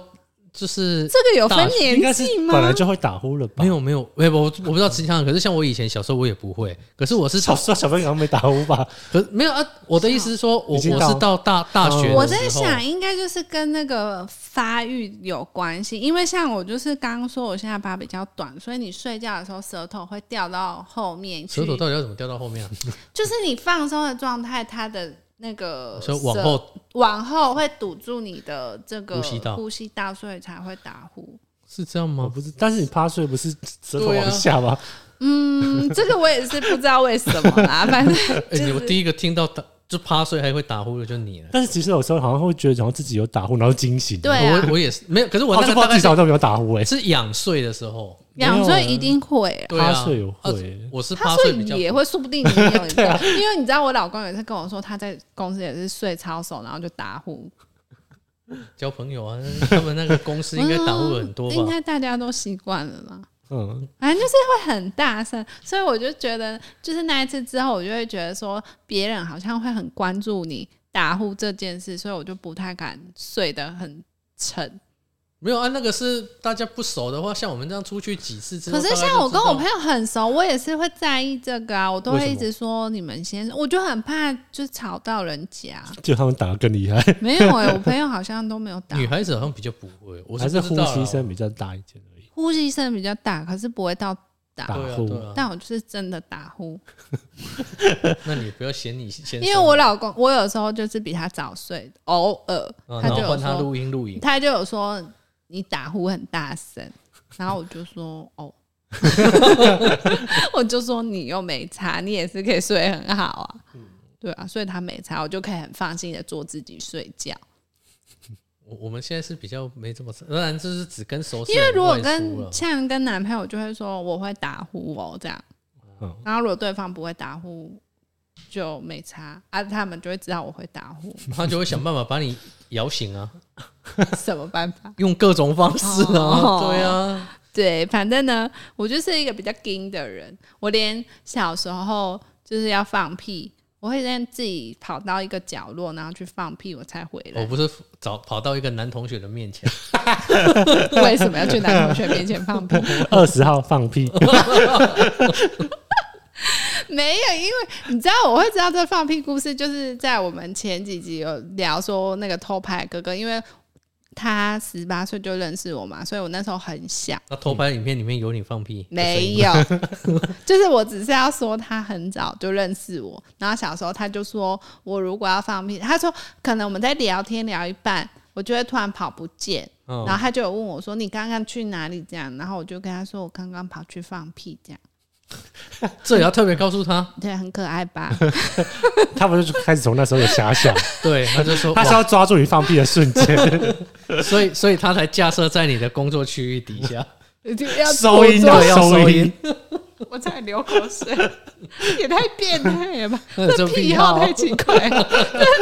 [SPEAKER 2] 就是
[SPEAKER 1] 这个有分
[SPEAKER 2] 大学
[SPEAKER 3] 应该
[SPEAKER 1] 年
[SPEAKER 3] 是
[SPEAKER 1] 纪
[SPEAKER 3] 本来
[SPEAKER 1] 吗？
[SPEAKER 3] 就会打呼了吧？
[SPEAKER 2] 没有没有，没有我我不知道其他人，可是像我以前小时候我也不会，可是我是
[SPEAKER 3] 小时候小朋友好像没打呼吧？
[SPEAKER 2] 可是没有啊，我的意思是说，我我
[SPEAKER 3] 已经到嗯
[SPEAKER 2] 是到大大学的时候，
[SPEAKER 1] 我在想，应该就是跟那个发育有关系，因为像我就是刚刚说，我下巴比较短，所以你睡觉的时候舌头会掉到后面去
[SPEAKER 2] 舌，头到底要怎么掉到后面啊？
[SPEAKER 3] 嗯
[SPEAKER 1] 就是你放松的状态，它的那个
[SPEAKER 2] 所以往
[SPEAKER 1] 舌
[SPEAKER 2] 后
[SPEAKER 1] 往后会堵住你的这个
[SPEAKER 2] 呼吸道
[SPEAKER 1] 呼吸道，所以才会打呼。
[SPEAKER 2] 是这样
[SPEAKER 3] 我
[SPEAKER 2] 吗？
[SPEAKER 3] 不是，但是你趴睡不是舌头
[SPEAKER 2] 对啊
[SPEAKER 3] 往下吗？
[SPEAKER 1] 嗯，这个我也是不知道为什么啦，反正
[SPEAKER 2] 哎、
[SPEAKER 1] 就是
[SPEAKER 2] 我第一个听到打就趴睡还会打呼的，就你了。
[SPEAKER 3] 但是其实有时候好像会觉得，然后自己有打呼，然后惊醒。
[SPEAKER 1] 对啊
[SPEAKER 2] 我我也是没有，可是我
[SPEAKER 3] 哦，
[SPEAKER 2] 那
[SPEAKER 3] 这
[SPEAKER 2] 个
[SPEAKER 3] 不知
[SPEAKER 2] 大
[SPEAKER 3] 道
[SPEAKER 2] 概
[SPEAKER 3] 至少
[SPEAKER 2] 是
[SPEAKER 3] 都没有打呼哎、
[SPEAKER 2] 是仰睡的时候，
[SPEAKER 1] 两
[SPEAKER 3] 没有啊
[SPEAKER 1] 岁一定会啊。
[SPEAKER 2] 对啊，
[SPEAKER 3] 趴睡我会
[SPEAKER 2] 啊我是
[SPEAKER 1] 他
[SPEAKER 2] 趴
[SPEAKER 1] 睡
[SPEAKER 2] 睡比较啊
[SPEAKER 1] 也会，说不 定你有，你知道因为你知道我老公有一次跟我说，他在公司也是睡超熟，然后就打呼，
[SPEAKER 2] 交朋友啊，他们那个公司应该打呼很多
[SPEAKER 1] 嗯应
[SPEAKER 2] 吧？
[SPEAKER 1] 该大家都习惯了啦。
[SPEAKER 3] 嗯，
[SPEAKER 1] 反正就是会很大声，所以我就觉得，就是那一次之后，我就会觉得说，别人好像会很关注你打呼这件事，所以我就不太敢睡得很沉。
[SPEAKER 2] 没有啊，那个是大家不熟的话，像我们这样出去几次之后，
[SPEAKER 1] 可是
[SPEAKER 2] 大家就
[SPEAKER 1] 像我
[SPEAKER 2] 知
[SPEAKER 1] 跟
[SPEAKER 2] 道
[SPEAKER 1] 我朋友很熟，我也是会在意这个啊，我都
[SPEAKER 3] 为
[SPEAKER 1] 会
[SPEAKER 3] 什
[SPEAKER 1] 一
[SPEAKER 3] 么
[SPEAKER 1] 直说你们先，我就很怕就吵到人家。
[SPEAKER 3] 就他们打的更厉害，
[SPEAKER 1] 没有哎、我朋友好像都没有打
[SPEAKER 2] 女孩子好像比较不会，我
[SPEAKER 3] 还
[SPEAKER 2] 是
[SPEAKER 3] 是
[SPEAKER 2] 不知
[SPEAKER 3] 呼
[SPEAKER 2] 道啊啦
[SPEAKER 3] 吸声比较大一点而已。
[SPEAKER 1] 呼吸声比较大，可是不会到打。
[SPEAKER 3] 打
[SPEAKER 2] 对啊
[SPEAKER 3] 呼
[SPEAKER 2] 对啊，
[SPEAKER 1] 但我就是真的打呼，
[SPEAKER 2] 那你不要嫌你先生，
[SPEAKER 1] 因为我老公，我有时候就是比他早睡，偶尔
[SPEAKER 2] 嗯
[SPEAKER 1] 他
[SPEAKER 2] 然
[SPEAKER 1] 就
[SPEAKER 2] 后
[SPEAKER 1] 有
[SPEAKER 2] 换他
[SPEAKER 1] 说，
[SPEAKER 2] 录音录影，
[SPEAKER 1] 他就有说你打呼很大声，然后我就说 哦， 我就说你又没差，你也是可以睡很好啊，
[SPEAKER 2] 嗯
[SPEAKER 1] 对啊，所以他没差，我就可以很放心的做自己睡觉。
[SPEAKER 2] 我我们现在是比较没这么，当然就是只跟熟识
[SPEAKER 1] 因
[SPEAKER 2] 的
[SPEAKER 1] 为
[SPEAKER 2] 人
[SPEAKER 1] 如果
[SPEAKER 2] 外出了
[SPEAKER 1] 跟像跟男朋友，就会说我会打呼哦这样，
[SPEAKER 3] 嗯
[SPEAKER 1] 然后如果对方不会打呼，就没差啊，他们就会知道我会打呼，
[SPEAKER 2] 他就会想办法把你摇醒啊，
[SPEAKER 1] 什么办法？
[SPEAKER 2] 用各种方式啊，
[SPEAKER 1] 哦
[SPEAKER 2] 对啊，
[SPEAKER 1] 对，反正呢，我就是一个比较硬的人，我连小时候就是要放屁，我会让自己跑到一个角落，然后去放屁，我才回
[SPEAKER 2] 我
[SPEAKER 1] 来。
[SPEAKER 2] 不是找跑到一个男同学的面前，
[SPEAKER 1] 为什么要去男同学面前放屁？
[SPEAKER 3] 二十号放屁，
[SPEAKER 1] 没有，因为你知道，我会知道这放屁故事，就是在我们前几集有聊说那个偷拍哥哥，因为他十八岁就认识我嘛，所以我那时候很小，
[SPEAKER 2] 那偷拍影片里面有你放屁，
[SPEAKER 1] 没，有， 就是我只是要说他很早就认识我，然后小时候他就说我如果要放屁，他说可能我们在聊天聊一半，我就会突然跑不见，
[SPEAKER 2] 嗯
[SPEAKER 1] 然后他就有问我说你刚刚去哪里这样，然后我就跟他说我刚刚跑去放屁这样，
[SPEAKER 2] 这也要特别告诉他，
[SPEAKER 1] 对，很可爱吧。
[SPEAKER 3] 他不是就开始从那时候有遐想，
[SPEAKER 2] 对，他就说，
[SPEAKER 3] 他是
[SPEAKER 2] 哇
[SPEAKER 3] 要抓住你放屁的瞬间，
[SPEAKER 2] 所以所以他才架设在你的工作区域底下，
[SPEAKER 1] 就要
[SPEAKER 3] 收音
[SPEAKER 1] 做
[SPEAKER 3] 要
[SPEAKER 1] 作
[SPEAKER 2] 要收音
[SPEAKER 3] 音，
[SPEAKER 1] 我差点流口水， 也太变态了吧！
[SPEAKER 2] 那你
[SPEAKER 1] 这
[SPEAKER 2] 这
[SPEAKER 1] 癖
[SPEAKER 2] 癖
[SPEAKER 1] 好
[SPEAKER 2] 好
[SPEAKER 1] 太奇怪 了，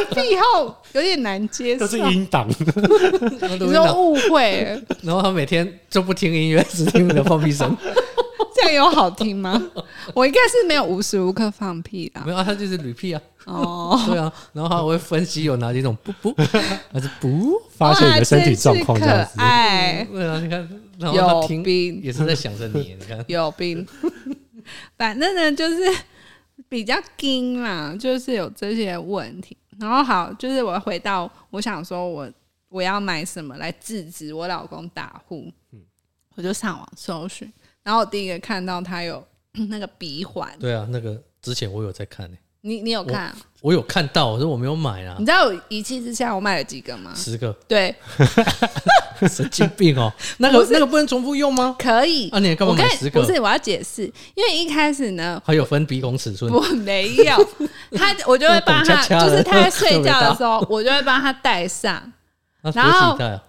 [SPEAKER 1] 这癖好有点难接受
[SPEAKER 3] 都。是音档，
[SPEAKER 2] 那都
[SPEAKER 1] 你
[SPEAKER 2] 会
[SPEAKER 1] 说
[SPEAKER 2] 闹
[SPEAKER 1] 误会了，
[SPEAKER 2] 然后他每天就不听音乐，只听你的放屁 声，
[SPEAKER 1] 这样有好听 吗？我应该是没有无时无刻放屁啦
[SPEAKER 2] 没。有、啊，他就是捋屁啊，
[SPEAKER 1] 哦，
[SPEAKER 2] 对啊，然后他还会分析有哪几种不 不，还是不，
[SPEAKER 3] 发现你的身体状况
[SPEAKER 1] 哇
[SPEAKER 3] 这
[SPEAKER 1] 哦真
[SPEAKER 3] 样
[SPEAKER 1] 是
[SPEAKER 3] 子
[SPEAKER 1] 可。爱，
[SPEAKER 2] 对啊，你看，然后
[SPEAKER 1] 有
[SPEAKER 2] 他听
[SPEAKER 1] 病，
[SPEAKER 2] 也是在想着你，你看，
[SPEAKER 1] 有病。 反正呢，就是比较惊啦，就是有这些问题。然后好，就是我回到我想说我我要买什么来制止我老公打呼，
[SPEAKER 2] 嗯
[SPEAKER 1] 我就上网搜寻，然后我第一个看到他 有那个鼻环，
[SPEAKER 2] 对啊，那个之前我有在看呢、欸
[SPEAKER 1] 你你有看啊？
[SPEAKER 2] 我有看到，可是我没有买啊
[SPEAKER 1] 你，知道我一气之下我买了几个吗？
[SPEAKER 2] 十个
[SPEAKER 1] 对，
[SPEAKER 2] 神经 病哦，那
[SPEAKER 1] 不
[SPEAKER 2] 个
[SPEAKER 1] 是
[SPEAKER 2] 那个不能重复用吗？
[SPEAKER 1] 可以。
[SPEAKER 2] 啊，你干
[SPEAKER 1] 我
[SPEAKER 2] 嘛
[SPEAKER 1] 跟
[SPEAKER 2] 买
[SPEAKER 1] 你
[SPEAKER 2] 十
[SPEAKER 1] 不
[SPEAKER 2] 个？
[SPEAKER 1] 是我要解释，因为一开始呢，
[SPEAKER 2] 还有分鼻孔尺寸，
[SPEAKER 1] 我没 有，他我就会帮他，
[SPEAKER 2] 这个懂恰恰
[SPEAKER 1] 就
[SPEAKER 2] 了
[SPEAKER 1] 是他在睡觉的时候，我就会帮他戴上。
[SPEAKER 2] 那
[SPEAKER 1] 然后
[SPEAKER 2] 自己带啊，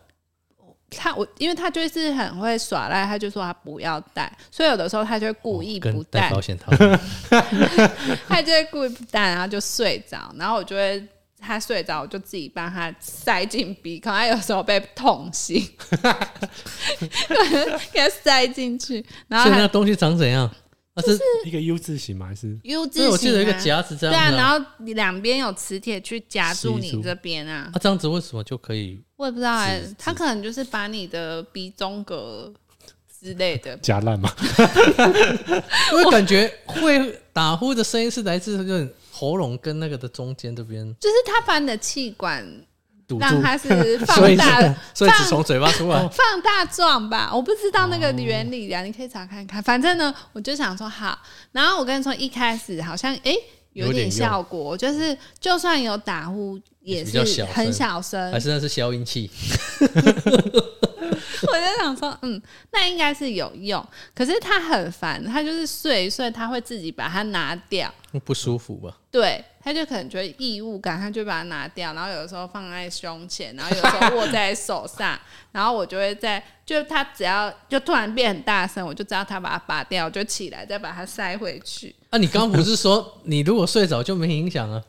[SPEAKER 1] 他我因为他就是很会耍赖，他就说他不要戴，所以有的时候他就会故意不
[SPEAKER 2] 哦跟
[SPEAKER 1] 戴，
[SPEAKER 2] 戴保险套一样，
[SPEAKER 1] 他就会故意不戴，然后就睡着，然后我就会。他睡着，我就自己帮他塞进鼻孔。他有时候被痛醒， 给他塞进去，然后
[SPEAKER 2] 所以
[SPEAKER 1] 他
[SPEAKER 2] 那东西长怎样？那是
[SPEAKER 3] 一个 U 字形嘛，还是
[SPEAKER 1] U 字形、
[SPEAKER 2] 所以
[SPEAKER 1] 啊，
[SPEAKER 2] 我记得有一个夹子这
[SPEAKER 1] 对
[SPEAKER 2] 样
[SPEAKER 1] 啊，
[SPEAKER 2] 子
[SPEAKER 1] 然
[SPEAKER 2] 啊，
[SPEAKER 1] 后两边有磁铁去夹住
[SPEAKER 3] 吸
[SPEAKER 1] 你
[SPEAKER 3] 住
[SPEAKER 1] 这边啊
[SPEAKER 2] 啊，，这样子为什么就可以？
[SPEAKER 1] 我也不知道哎、
[SPEAKER 2] 是
[SPEAKER 1] 他可能就是把你的鼻中隔之类的
[SPEAKER 3] 夹烂嘛？
[SPEAKER 2] 因为感觉会打呼的声音是来自就是喉咙跟那个的中间这边
[SPEAKER 1] 就是他把你的气管
[SPEAKER 2] 堵住，
[SPEAKER 1] 让它 是
[SPEAKER 2] 所
[SPEAKER 1] 放
[SPEAKER 2] 以
[SPEAKER 1] 大
[SPEAKER 2] 所以只从嘴巴出来。
[SPEAKER 1] 放大状吧，我不知道那个原理
[SPEAKER 2] 嗯
[SPEAKER 1] 啊，你可以查看看。反正呢，我就想说好，然后我跟你说，一开始好像诶有
[SPEAKER 2] 有
[SPEAKER 1] 点
[SPEAKER 2] 点用
[SPEAKER 1] 效果，就是就算有打呼也
[SPEAKER 2] 比较
[SPEAKER 1] 是
[SPEAKER 2] 小声
[SPEAKER 1] 很小声
[SPEAKER 2] 还，是那是消音器，
[SPEAKER 1] 我就想说，嗯，那应该是有用。可是它很烦，它就是睡一睡，它会自己把它拿掉。
[SPEAKER 2] 不舒服吧？
[SPEAKER 1] 对，它就可能觉得异物感，它就把它拿掉，然后有的时候放在胸前，然后有的时候握在手上，然后我就会在，就它只要就突然变很大声，我就知道它把它拔掉，我就起来再把它塞回去。
[SPEAKER 2] 啊，你刚不 是说你如果睡着就没影响啊？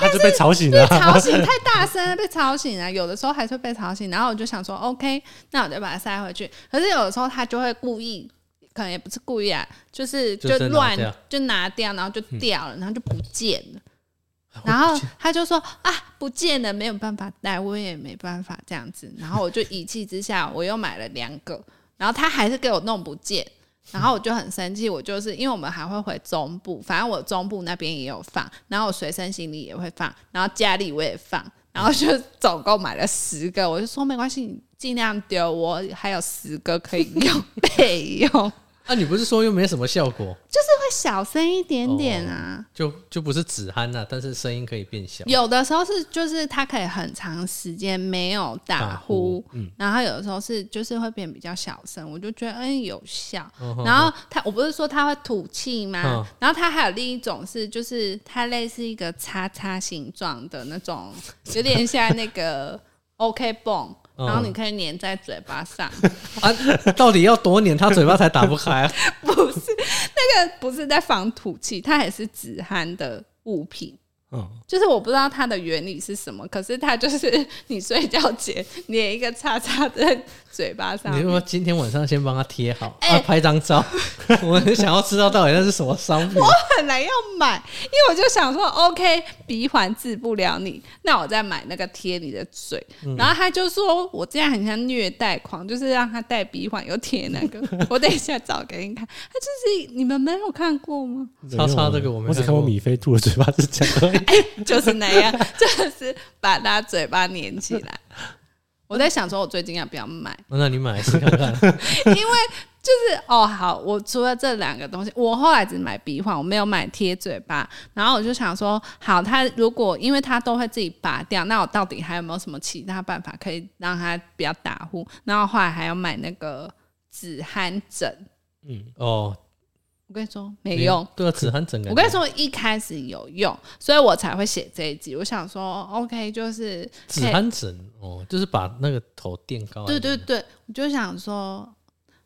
[SPEAKER 3] 他就被吵醒
[SPEAKER 1] 被
[SPEAKER 3] 了。
[SPEAKER 1] 吵醒，太大声了，被吵醒了。有的时候还是会被吵醒，然后我就想说，OK，那我就把它塞回去。可是有的时候他就会故意，可能也不是故意啊，就是
[SPEAKER 2] 就
[SPEAKER 1] 就是
[SPEAKER 2] 拿
[SPEAKER 1] 乱
[SPEAKER 2] 掉
[SPEAKER 1] 就拿掉，然后就掉了，然后就不见了。然后他就说啊，不见了，没有办法带，我也没办法这样子。然后我就一气之下，我又买了两个，然后他还是给我弄不见。然后我就很生气，我就是因为我们还会回中部，反正我中部那边也有放，然后我随身行李也会放，然后家里我也放，然后就总共买了十个，我就说没关系，你尽量丢，我还有十个可以用备用， 会
[SPEAKER 2] 啊，你不是说又没什么效果，
[SPEAKER 1] 小声一点点啊。
[SPEAKER 2] 就就不是止鼾呐、啊，但是声音可以变小。
[SPEAKER 1] 有的时候是就是它可以很长时间没有打
[SPEAKER 2] 打
[SPEAKER 1] 呼
[SPEAKER 2] 呼，嗯
[SPEAKER 1] 然后有的时候是就是会变比较小声，我就觉得嗯、有效。
[SPEAKER 2] 嗯哼
[SPEAKER 1] 然后它我不是说它会吐气吗？
[SPEAKER 2] 嗯
[SPEAKER 1] 然后它还有另一种是就是它类似一个叉叉形状的那种，有点像那个 OK 泵。
[SPEAKER 2] 嗯
[SPEAKER 1] 然后你可以粘在嘴巴上，
[SPEAKER 2] 啊， 到底要多黏他嘴巴才打不开、啊？
[SPEAKER 1] 那个不是在防吐气，它也是止鼾的物品。
[SPEAKER 3] 嗯，
[SPEAKER 1] 就是我不知道它的原理是什么，可是它就是你睡觉前连一个叉叉在嘴巴上
[SPEAKER 2] 你，说今天晚上先帮他贴好，
[SPEAKER 1] 哎
[SPEAKER 2] 啊，拍张照。 我很想要知道到底那是什么商品。
[SPEAKER 1] 本来要买，因为我就想说，OK，鼻环治不了你，那我再买那个贴你的嘴。
[SPEAKER 2] 嗯
[SPEAKER 1] 然后他就说我这样很像虐待狂，就是让他戴鼻环又贴那 个。我等一下找给你看，他就是你们没有看过吗？
[SPEAKER 2] 叉叉这个我没
[SPEAKER 3] 我只
[SPEAKER 2] 看
[SPEAKER 3] 看过
[SPEAKER 2] 过
[SPEAKER 3] 米菲兔的嘴巴是这 样
[SPEAKER 1] 哎
[SPEAKER 3] 而已。
[SPEAKER 1] 就是那样，就是把他嘴巴粘起来。我在想说，我最近要不要买？
[SPEAKER 2] 那你买来试 看看。
[SPEAKER 1] 就是哦，好，我除了这两个东西，我后来只买鼻环，我没有买贴嘴巴。然后我就想说，好，它如果因为它都会自己拔掉，那我到底还有没有什么其他办法可以让它不要打呼？然后后来还要买那个止鼾枕，
[SPEAKER 3] 嗯，
[SPEAKER 2] 哦，
[SPEAKER 1] 我跟你说没用。。
[SPEAKER 2] 对啊，止鼾整个。
[SPEAKER 1] 我跟你，说，一开始有用，所以我才会写这一集。我想说，OK，就是
[SPEAKER 2] 止
[SPEAKER 1] 可以
[SPEAKER 2] 鼾枕哦，就是把那个头垫高。
[SPEAKER 1] 对对。对，我就想说，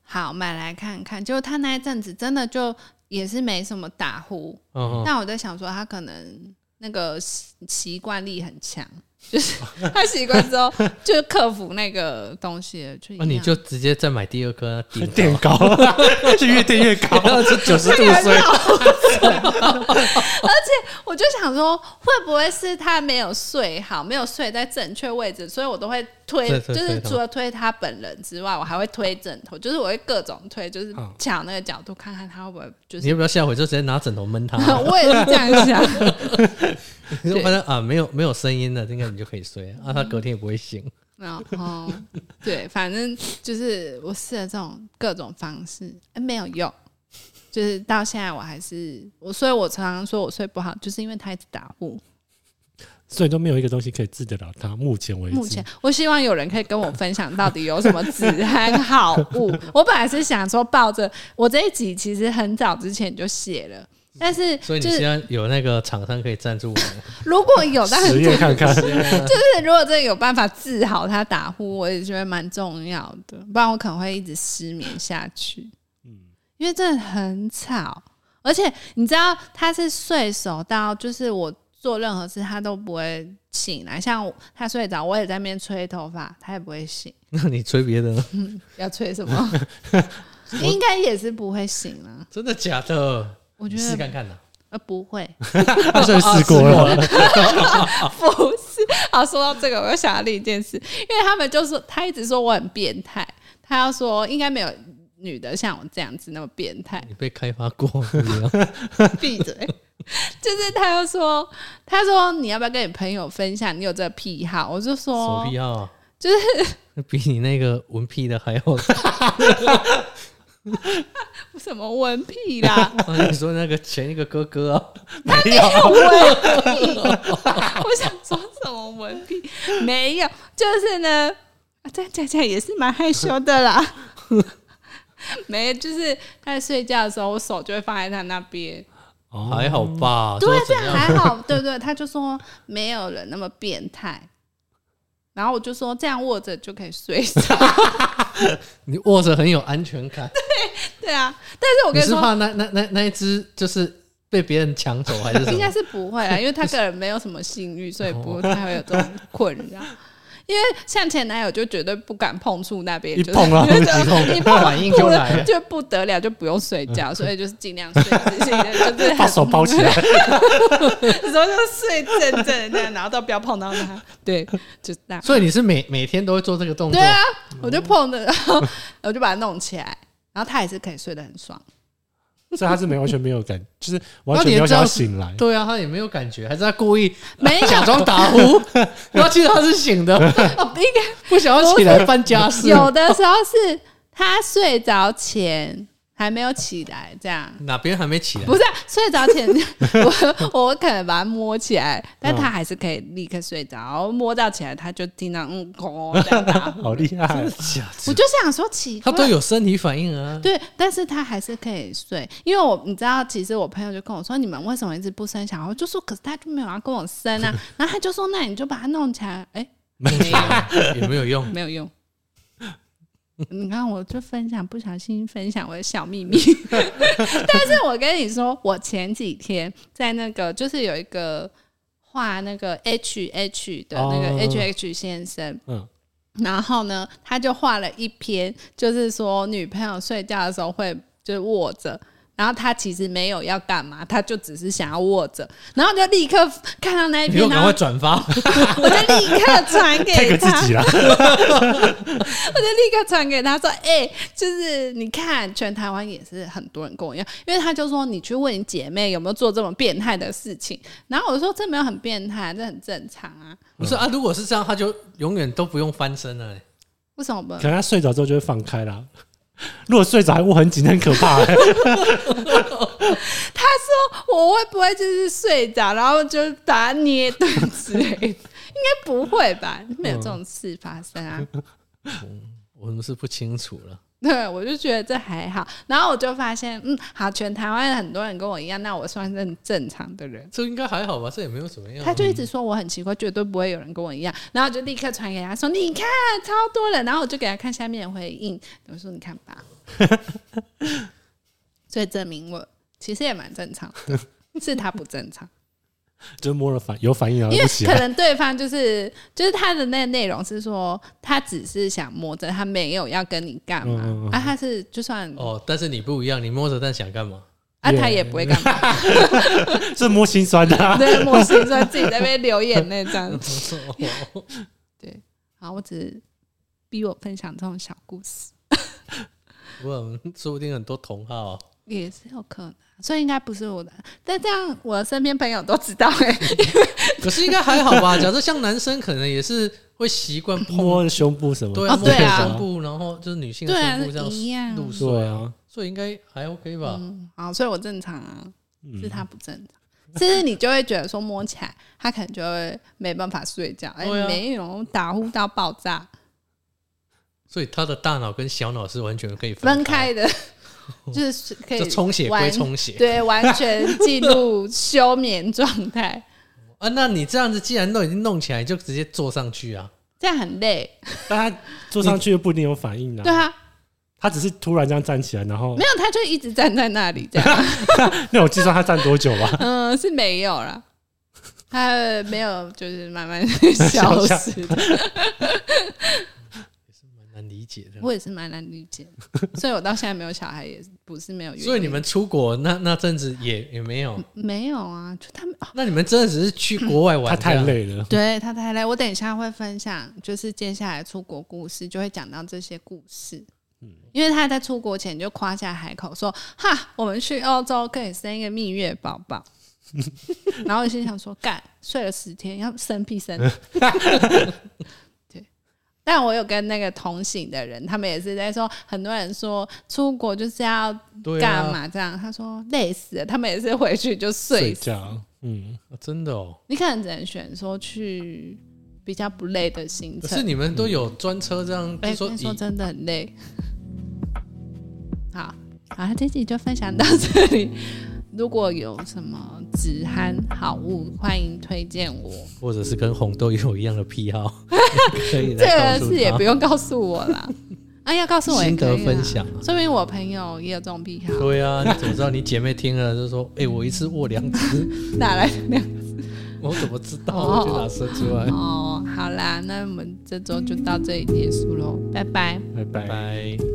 [SPEAKER 1] 好买来看看。结果他那一阵子真的就也是没什么打呼，
[SPEAKER 2] 嗯嗯。
[SPEAKER 1] 但我在想说，他可能那个习习惯力很强，就是 他习惯之后就克服那个东西了，就一
[SPEAKER 2] 那哦啊你
[SPEAKER 1] 样
[SPEAKER 2] 就直接再买第二颗垫 高
[SPEAKER 3] 垫高，就越垫越高，
[SPEAKER 2] 然 后是九十度
[SPEAKER 1] 太
[SPEAKER 2] 睡，
[SPEAKER 1] 我就想说，会不会是他没有睡好，没有睡在正确位置，所以我都会推，
[SPEAKER 2] 对
[SPEAKER 1] 就
[SPEAKER 2] 对
[SPEAKER 1] 是
[SPEAKER 2] 推他
[SPEAKER 1] 除了推他本人之外，我还会推枕头，就是我会各种推，就是
[SPEAKER 3] 嗯
[SPEAKER 1] 抢那个角度，看看他会不会就
[SPEAKER 2] 你
[SPEAKER 1] 是。
[SPEAKER 2] 要不要下回就直接拿枕头闷他？
[SPEAKER 1] 我也是这样想，
[SPEAKER 2] 你就发现啊，没有没有声音了，应该你就可以睡啊，
[SPEAKER 1] 嗯
[SPEAKER 2] 他隔天也不会醒。
[SPEAKER 1] 然后对，反正就是我试了这种各种方式，哎没有用。就是到现在我还是我，所以我常常说我睡不好，就是因为他一直打呼。
[SPEAKER 3] 所以都没有一个东西可以治得了他。目前为止，
[SPEAKER 1] 目前我希望有人可以跟我分享到底有什么止鼾好物。我本来是想说抱着我这一集其实很早之前就写了，但是
[SPEAKER 2] 所以你
[SPEAKER 1] 就
[SPEAKER 2] 现
[SPEAKER 1] 是
[SPEAKER 2] 在有那个厂商可以赞助 我们，
[SPEAKER 1] 如果有，但
[SPEAKER 3] 实
[SPEAKER 1] 是
[SPEAKER 3] 验 看看。
[SPEAKER 1] 就是如果真的有办法治好他打呼，我也觉得蛮重要的，不然我可能会一直失眠下去。因为真的很吵，而且你知道他是睡熟到，就是我做任何事他都不会醒来，像我他睡着，我也在那边吹头发，他也不会醒。
[SPEAKER 2] 那你吹别的呢？
[SPEAKER 1] 要吹什 么？应该也是不会醒啊，
[SPEAKER 2] 真的假的？
[SPEAKER 1] 我觉
[SPEAKER 2] 你试看
[SPEAKER 1] 得
[SPEAKER 2] 看啊呐。
[SPEAKER 1] 呃不会，
[SPEAKER 3] 他算试过
[SPEAKER 1] 啊
[SPEAKER 3] 了，
[SPEAKER 1] 不是。好，说到这个，我又想到另一件事，因为他们就说他一直说我很变态，他要说应该没有女的像我这样子那么变态，
[SPEAKER 2] 你被开发过，不一样
[SPEAKER 1] 闭嘴。 就是他又说，他说你要不要跟你朋友分享你有这个癖好？我就
[SPEAKER 2] 什么
[SPEAKER 1] 说
[SPEAKER 2] 癖好啊？
[SPEAKER 1] 哦就是
[SPEAKER 2] 比你那个文屁的还要。
[SPEAKER 1] 什么文癖啦，
[SPEAKER 2] 啊你说那个前一个哥哥啊，
[SPEAKER 3] 没有。
[SPEAKER 1] 我想说什么文笔没有，就是呢，啊，这样讲起来也是蛮害羞的啦。 没，就是他在睡觉的时候，我手就会放在他那边。
[SPEAKER 3] 哦
[SPEAKER 2] 还好吧？
[SPEAKER 1] 对
[SPEAKER 2] 说
[SPEAKER 1] 啊，这
[SPEAKER 2] 怎
[SPEAKER 1] 样还好，对对，他就说没有人那么变态。然后我就说这样握着就可以睡着，
[SPEAKER 2] 你握着很有安全感。
[SPEAKER 1] 对啊。但是我
[SPEAKER 2] 你
[SPEAKER 1] 跟
[SPEAKER 2] 是
[SPEAKER 1] 说，
[SPEAKER 2] 怕那那那那一只就是被别人抢走还是 什
[SPEAKER 1] 应该
[SPEAKER 2] 么？
[SPEAKER 1] 是不会啦，因为他个人没有什么性欲，所以不太会有这种困扰。 因为像前男友就绝对不敢碰触那边，
[SPEAKER 3] 一
[SPEAKER 1] 就是
[SPEAKER 3] 碰啊
[SPEAKER 1] 觉得
[SPEAKER 2] 碰
[SPEAKER 1] 一碰
[SPEAKER 2] 反应就来了。
[SPEAKER 1] 就不得了，就不用睡 觉，所以就是尽量睡自己的，就是
[SPEAKER 3] 把手包起来，
[SPEAKER 1] 然后就睡正正的那样，然后都不要碰到他，对，就这样。
[SPEAKER 2] 所以你是每每天都会做这个动作
[SPEAKER 1] 对？啊，我就碰的，然后我就把它弄起来，然后他也是可以睡得很 爽。
[SPEAKER 3] 所以他是没完全没有感，就是完
[SPEAKER 2] 那
[SPEAKER 3] 全
[SPEAKER 2] 你
[SPEAKER 3] 没有
[SPEAKER 2] 知道
[SPEAKER 3] 想要 醒来。
[SPEAKER 2] 对啊，他也没有感觉，还是他故意
[SPEAKER 1] 没有，
[SPEAKER 2] 假装 打呼，然后其实他是醒的，
[SPEAKER 1] 哦应
[SPEAKER 2] 不想要起来办家事
[SPEAKER 1] 该。有的时候是他睡着前还没有起来，这样
[SPEAKER 2] 哪边还没起来？
[SPEAKER 1] 不是啊、睡着前， 我我可能把它摸起来，但他还是可以立刻睡着，然后摸到起来他就听到嗯咕这样打呼
[SPEAKER 3] 好厉
[SPEAKER 2] 假
[SPEAKER 3] 害！
[SPEAKER 2] 的
[SPEAKER 1] 我就想说奇
[SPEAKER 2] 他
[SPEAKER 1] 怪，
[SPEAKER 2] 都有生理反应啊。
[SPEAKER 1] 对，但是他还是可以睡，因为我你知道，其实我朋友就跟我说，你们为什么一直不生小孩？我就说，可是他就没有要跟我生啊，然后他就说，那你就把它弄起来，哎、
[SPEAKER 2] 没有也没有用。
[SPEAKER 1] 没有用。你看，我就分享不小心分享我的小秘密， 但是我跟你说，我前几天在那个就是有一个画那个 H H 的那
[SPEAKER 3] 哦
[SPEAKER 1] 个 H H 先生，
[SPEAKER 3] 嗯，
[SPEAKER 1] 然后呢，他就画了一篇，就是说女朋友睡觉的时候会就是握着。然后他其实没有要干嘛，他就只是想要握着，然后就立刻看到那一
[SPEAKER 2] 你
[SPEAKER 1] 篇，
[SPEAKER 2] 又
[SPEAKER 1] 然
[SPEAKER 2] 赶
[SPEAKER 1] 后
[SPEAKER 2] 快转发，
[SPEAKER 1] 我就立刻传
[SPEAKER 3] 太
[SPEAKER 1] 给
[SPEAKER 3] 给自
[SPEAKER 1] 他，
[SPEAKER 3] 己啦，
[SPEAKER 1] 我就立刻传给他说：“哎、就是你看，全台湾也是很多人跟我一样，因为他就说你去问你姐妹有没有做这种变态的事情，然后我说这没有很变态，这很正常啊，
[SPEAKER 2] 不是啊？如果是这样，他就永远都不用翻身了、欸。
[SPEAKER 1] 为什么不
[SPEAKER 3] 可能他睡着之后就会放开啦。如果睡着还握很紧，很可怕 欸。
[SPEAKER 1] 我会不会就是睡着，然后就把它捏断之类的？应该不会吧？没有这种事发生啊。
[SPEAKER 2] 我们是不清楚了。
[SPEAKER 1] 对，我就觉得这还好。然后我就发现，嗯，好，全台湾很多人跟我一样，那我算是很正常的人。
[SPEAKER 2] 这应该还好吧？这也没有怎么
[SPEAKER 3] 啊
[SPEAKER 2] 样。
[SPEAKER 1] 他就一直说我很奇怪，绝对不会有人跟我一样。然后我就立刻传给他说：“你看，超多人。”然后我就给他看下面的回应，我说：“你看吧。” 所以证明我其实也蛮正常的，是他不正 常。
[SPEAKER 3] 就摸了反有反应然后
[SPEAKER 1] 因
[SPEAKER 3] 就
[SPEAKER 1] 为
[SPEAKER 3] 起啊
[SPEAKER 1] 可
[SPEAKER 3] 来，
[SPEAKER 1] 能对方就是就是他的那个内容是说，他只是想摸着，他没有要跟你干嘛、
[SPEAKER 3] 嗯嗯嗯
[SPEAKER 1] 啊，他是就算、
[SPEAKER 2] 哦，但是你不一样，你摸着蛋想 干嘛？
[SPEAKER 1] 啊，他也不会干嘛，
[SPEAKER 3] 这摸心酸的 啊。
[SPEAKER 1] 对，莫心说自己在那边流眼泪这样。
[SPEAKER 2] 哦
[SPEAKER 1] 好，我只是逼我分享这种小故事，
[SPEAKER 2] 不过我们说不定很多同好、啊，
[SPEAKER 1] 也是有可能，啊所以应该不是我的。但这样我的身边朋友都知道哎、
[SPEAKER 2] 可是应该还好 吧？假设像男生，可能也是会习惯
[SPEAKER 3] 摸
[SPEAKER 2] 碰，
[SPEAKER 3] 胸部什么？
[SPEAKER 2] 对啊，
[SPEAKER 1] 哦
[SPEAKER 2] 摸
[SPEAKER 1] 对啊
[SPEAKER 2] 胸部，然后就是女性的
[SPEAKER 1] 对啊，
[SPEAKER 2] 胸部这
[SPEAKER 1] 是一
[SPEAKER 2] 样
[SPEAKER 1] 样。
[SPEAKER 2] 露出
[SPEAKER 3] 对
[SPEAKER 2] 来，
[SPEAKER 3] 啊，
[SPEAKER 2] 所以应该还 OK 吧？
[SPEAKER 1] 嗯，好，所以我正常啊。
[SPEAKER 3] 嗯
[SPEAKER 1] 是他不正常。就是你就会觉得说摸起来，他可能就会没办法睡觉，哎、
[SPEAKER 2] 对啊
[SPEAKER 1] 没有打呼到爆炸，
[SPEAKER 2] 所以他的大脑跟小脑是完全可以
[SPEAKER 1] 分开
[SPEAKER 2] 开，
[SPEAKER 1] 的，就是可
[SPEAKER 2] 就
[SPEAKER 1] 以
[SPEAKER 2] 充血归
[SPEAKER 1] 完
[SPEAKER 2] 充血
[SPEAKER 1] 对，完全进入休眠状态，
[SPEAKER 2] 啊。那你这样子，既然都已经弄起来，你就直接坐上去啊。
[SPEAKER 1] 这样很累，
[SPEAKER 3] 但他坐上去又不一定有反应
[SPEAKER 1] 对
[SPEAKER 3] 啊。
[SPEAKER 1] 啊，
[SPEAKER 3] 他只是突然这样站起来，然后
[SPEAKER 1] 没有他就一直站在那里这样，。
[SPEAKER 3] 那我计算他站多 久吧
[SPEAKER 1] 嗯，是没有啦。他没有，就是慢 慢消
[SPEAKER 3] 消
[SPEAKER 1] 失。
[SPEAKER 2] 蛮难理解的。
[SPEAKER 1] 我也是蛮难理解的，所以我到现在没有小孩，也不是没有原因。
[SPEAKER 2] 所以你们出国那那阵子也也没有，
[SPEAKER 1] 没有啊？就他们
[SPEAKER 2] 那你们真的只是去国外玩？
[SPEAKER 3] 他太，累了，
[SPEAKER 1] 对他太累，我等一下会分享，就是接下来出国故事，就会讲到这些故事。
[SPEAKER 2] 嗯
[SPEAKER 1] 因为他在出国前就夸下海口说：“哈，我们去欧洲可以生一个蜜月宝 宝。”然后我心想说：“干，睡了十天要生屁 生。”对，但我有跟那个同行的人，他们也是在说，很多人说出国就是要
[SPEAKER 2] 对
[SPEAKER 1] 干
[SPEAKER 2] 啊，
[SPEAKER 1] 嘛这样，他说累死了，他们也是回去就
[SPEAKER 3] 睡
[SPEAKER 1] 睡死
[SPEAKER 3] 觉。嗯，
[SPEAKER 2] 啊真的哦。
[SPEAKER 1] 你可能只能选说去比较不累的行
[SPEAKER 2] 可是
[SPEAKER 1] 程。
[SPEAKER 2] 你们都有专车这样，
[SPEAKER 1] 哎
[SPEAKER 2] 就说
[SPEAKER 1] 跟你说
[SPEAKER 2] 以
[SPEAKER 1] 真的很累。 好，好，这集就分享到这里。如果有什么止鼾好物，欢迎推荐我。
[SPEAKER 2] 或者是跟红豆有一样的癖 好，可以
[SPEAKER 1] 这
[SPEAKER 2] 来
[SPEAKER 1] 个
[SPEAKER 2] 告诉
[SPEAKER 1] 是也
[SPEAKER 2] 他
[SPEAKER 1] 不用告诉我 啦，啊，要告诉我也
[SPEAKER 2] 心
[SPEAKER 1] 可
[SPEAKER 2] 得
[SPEAKER 1] 以
[SPEAKER 2] 分
[SPEAKER 1] 啦。
[SPEAKER 2] 享啊。
[SPEAKER 1] 说明我朋友也有这种癖好，
[SPEAKER 2] 对啊，你怎么知道你姐妹听了就说：“哎、我一次握两 只，
[SPEAKER 1] 哪来的？
[SPEAKER 2] 我怎么知道？”
[SPEAKER 1] 哦
[SPEAKER 2] 我就拿射出来。
[SPEAKER 1] 哦，好啦，那我们这周就到这里结束喽，拜拜。
[SPEAKER 3] 拜拜
[SPEAKER 2] 拜。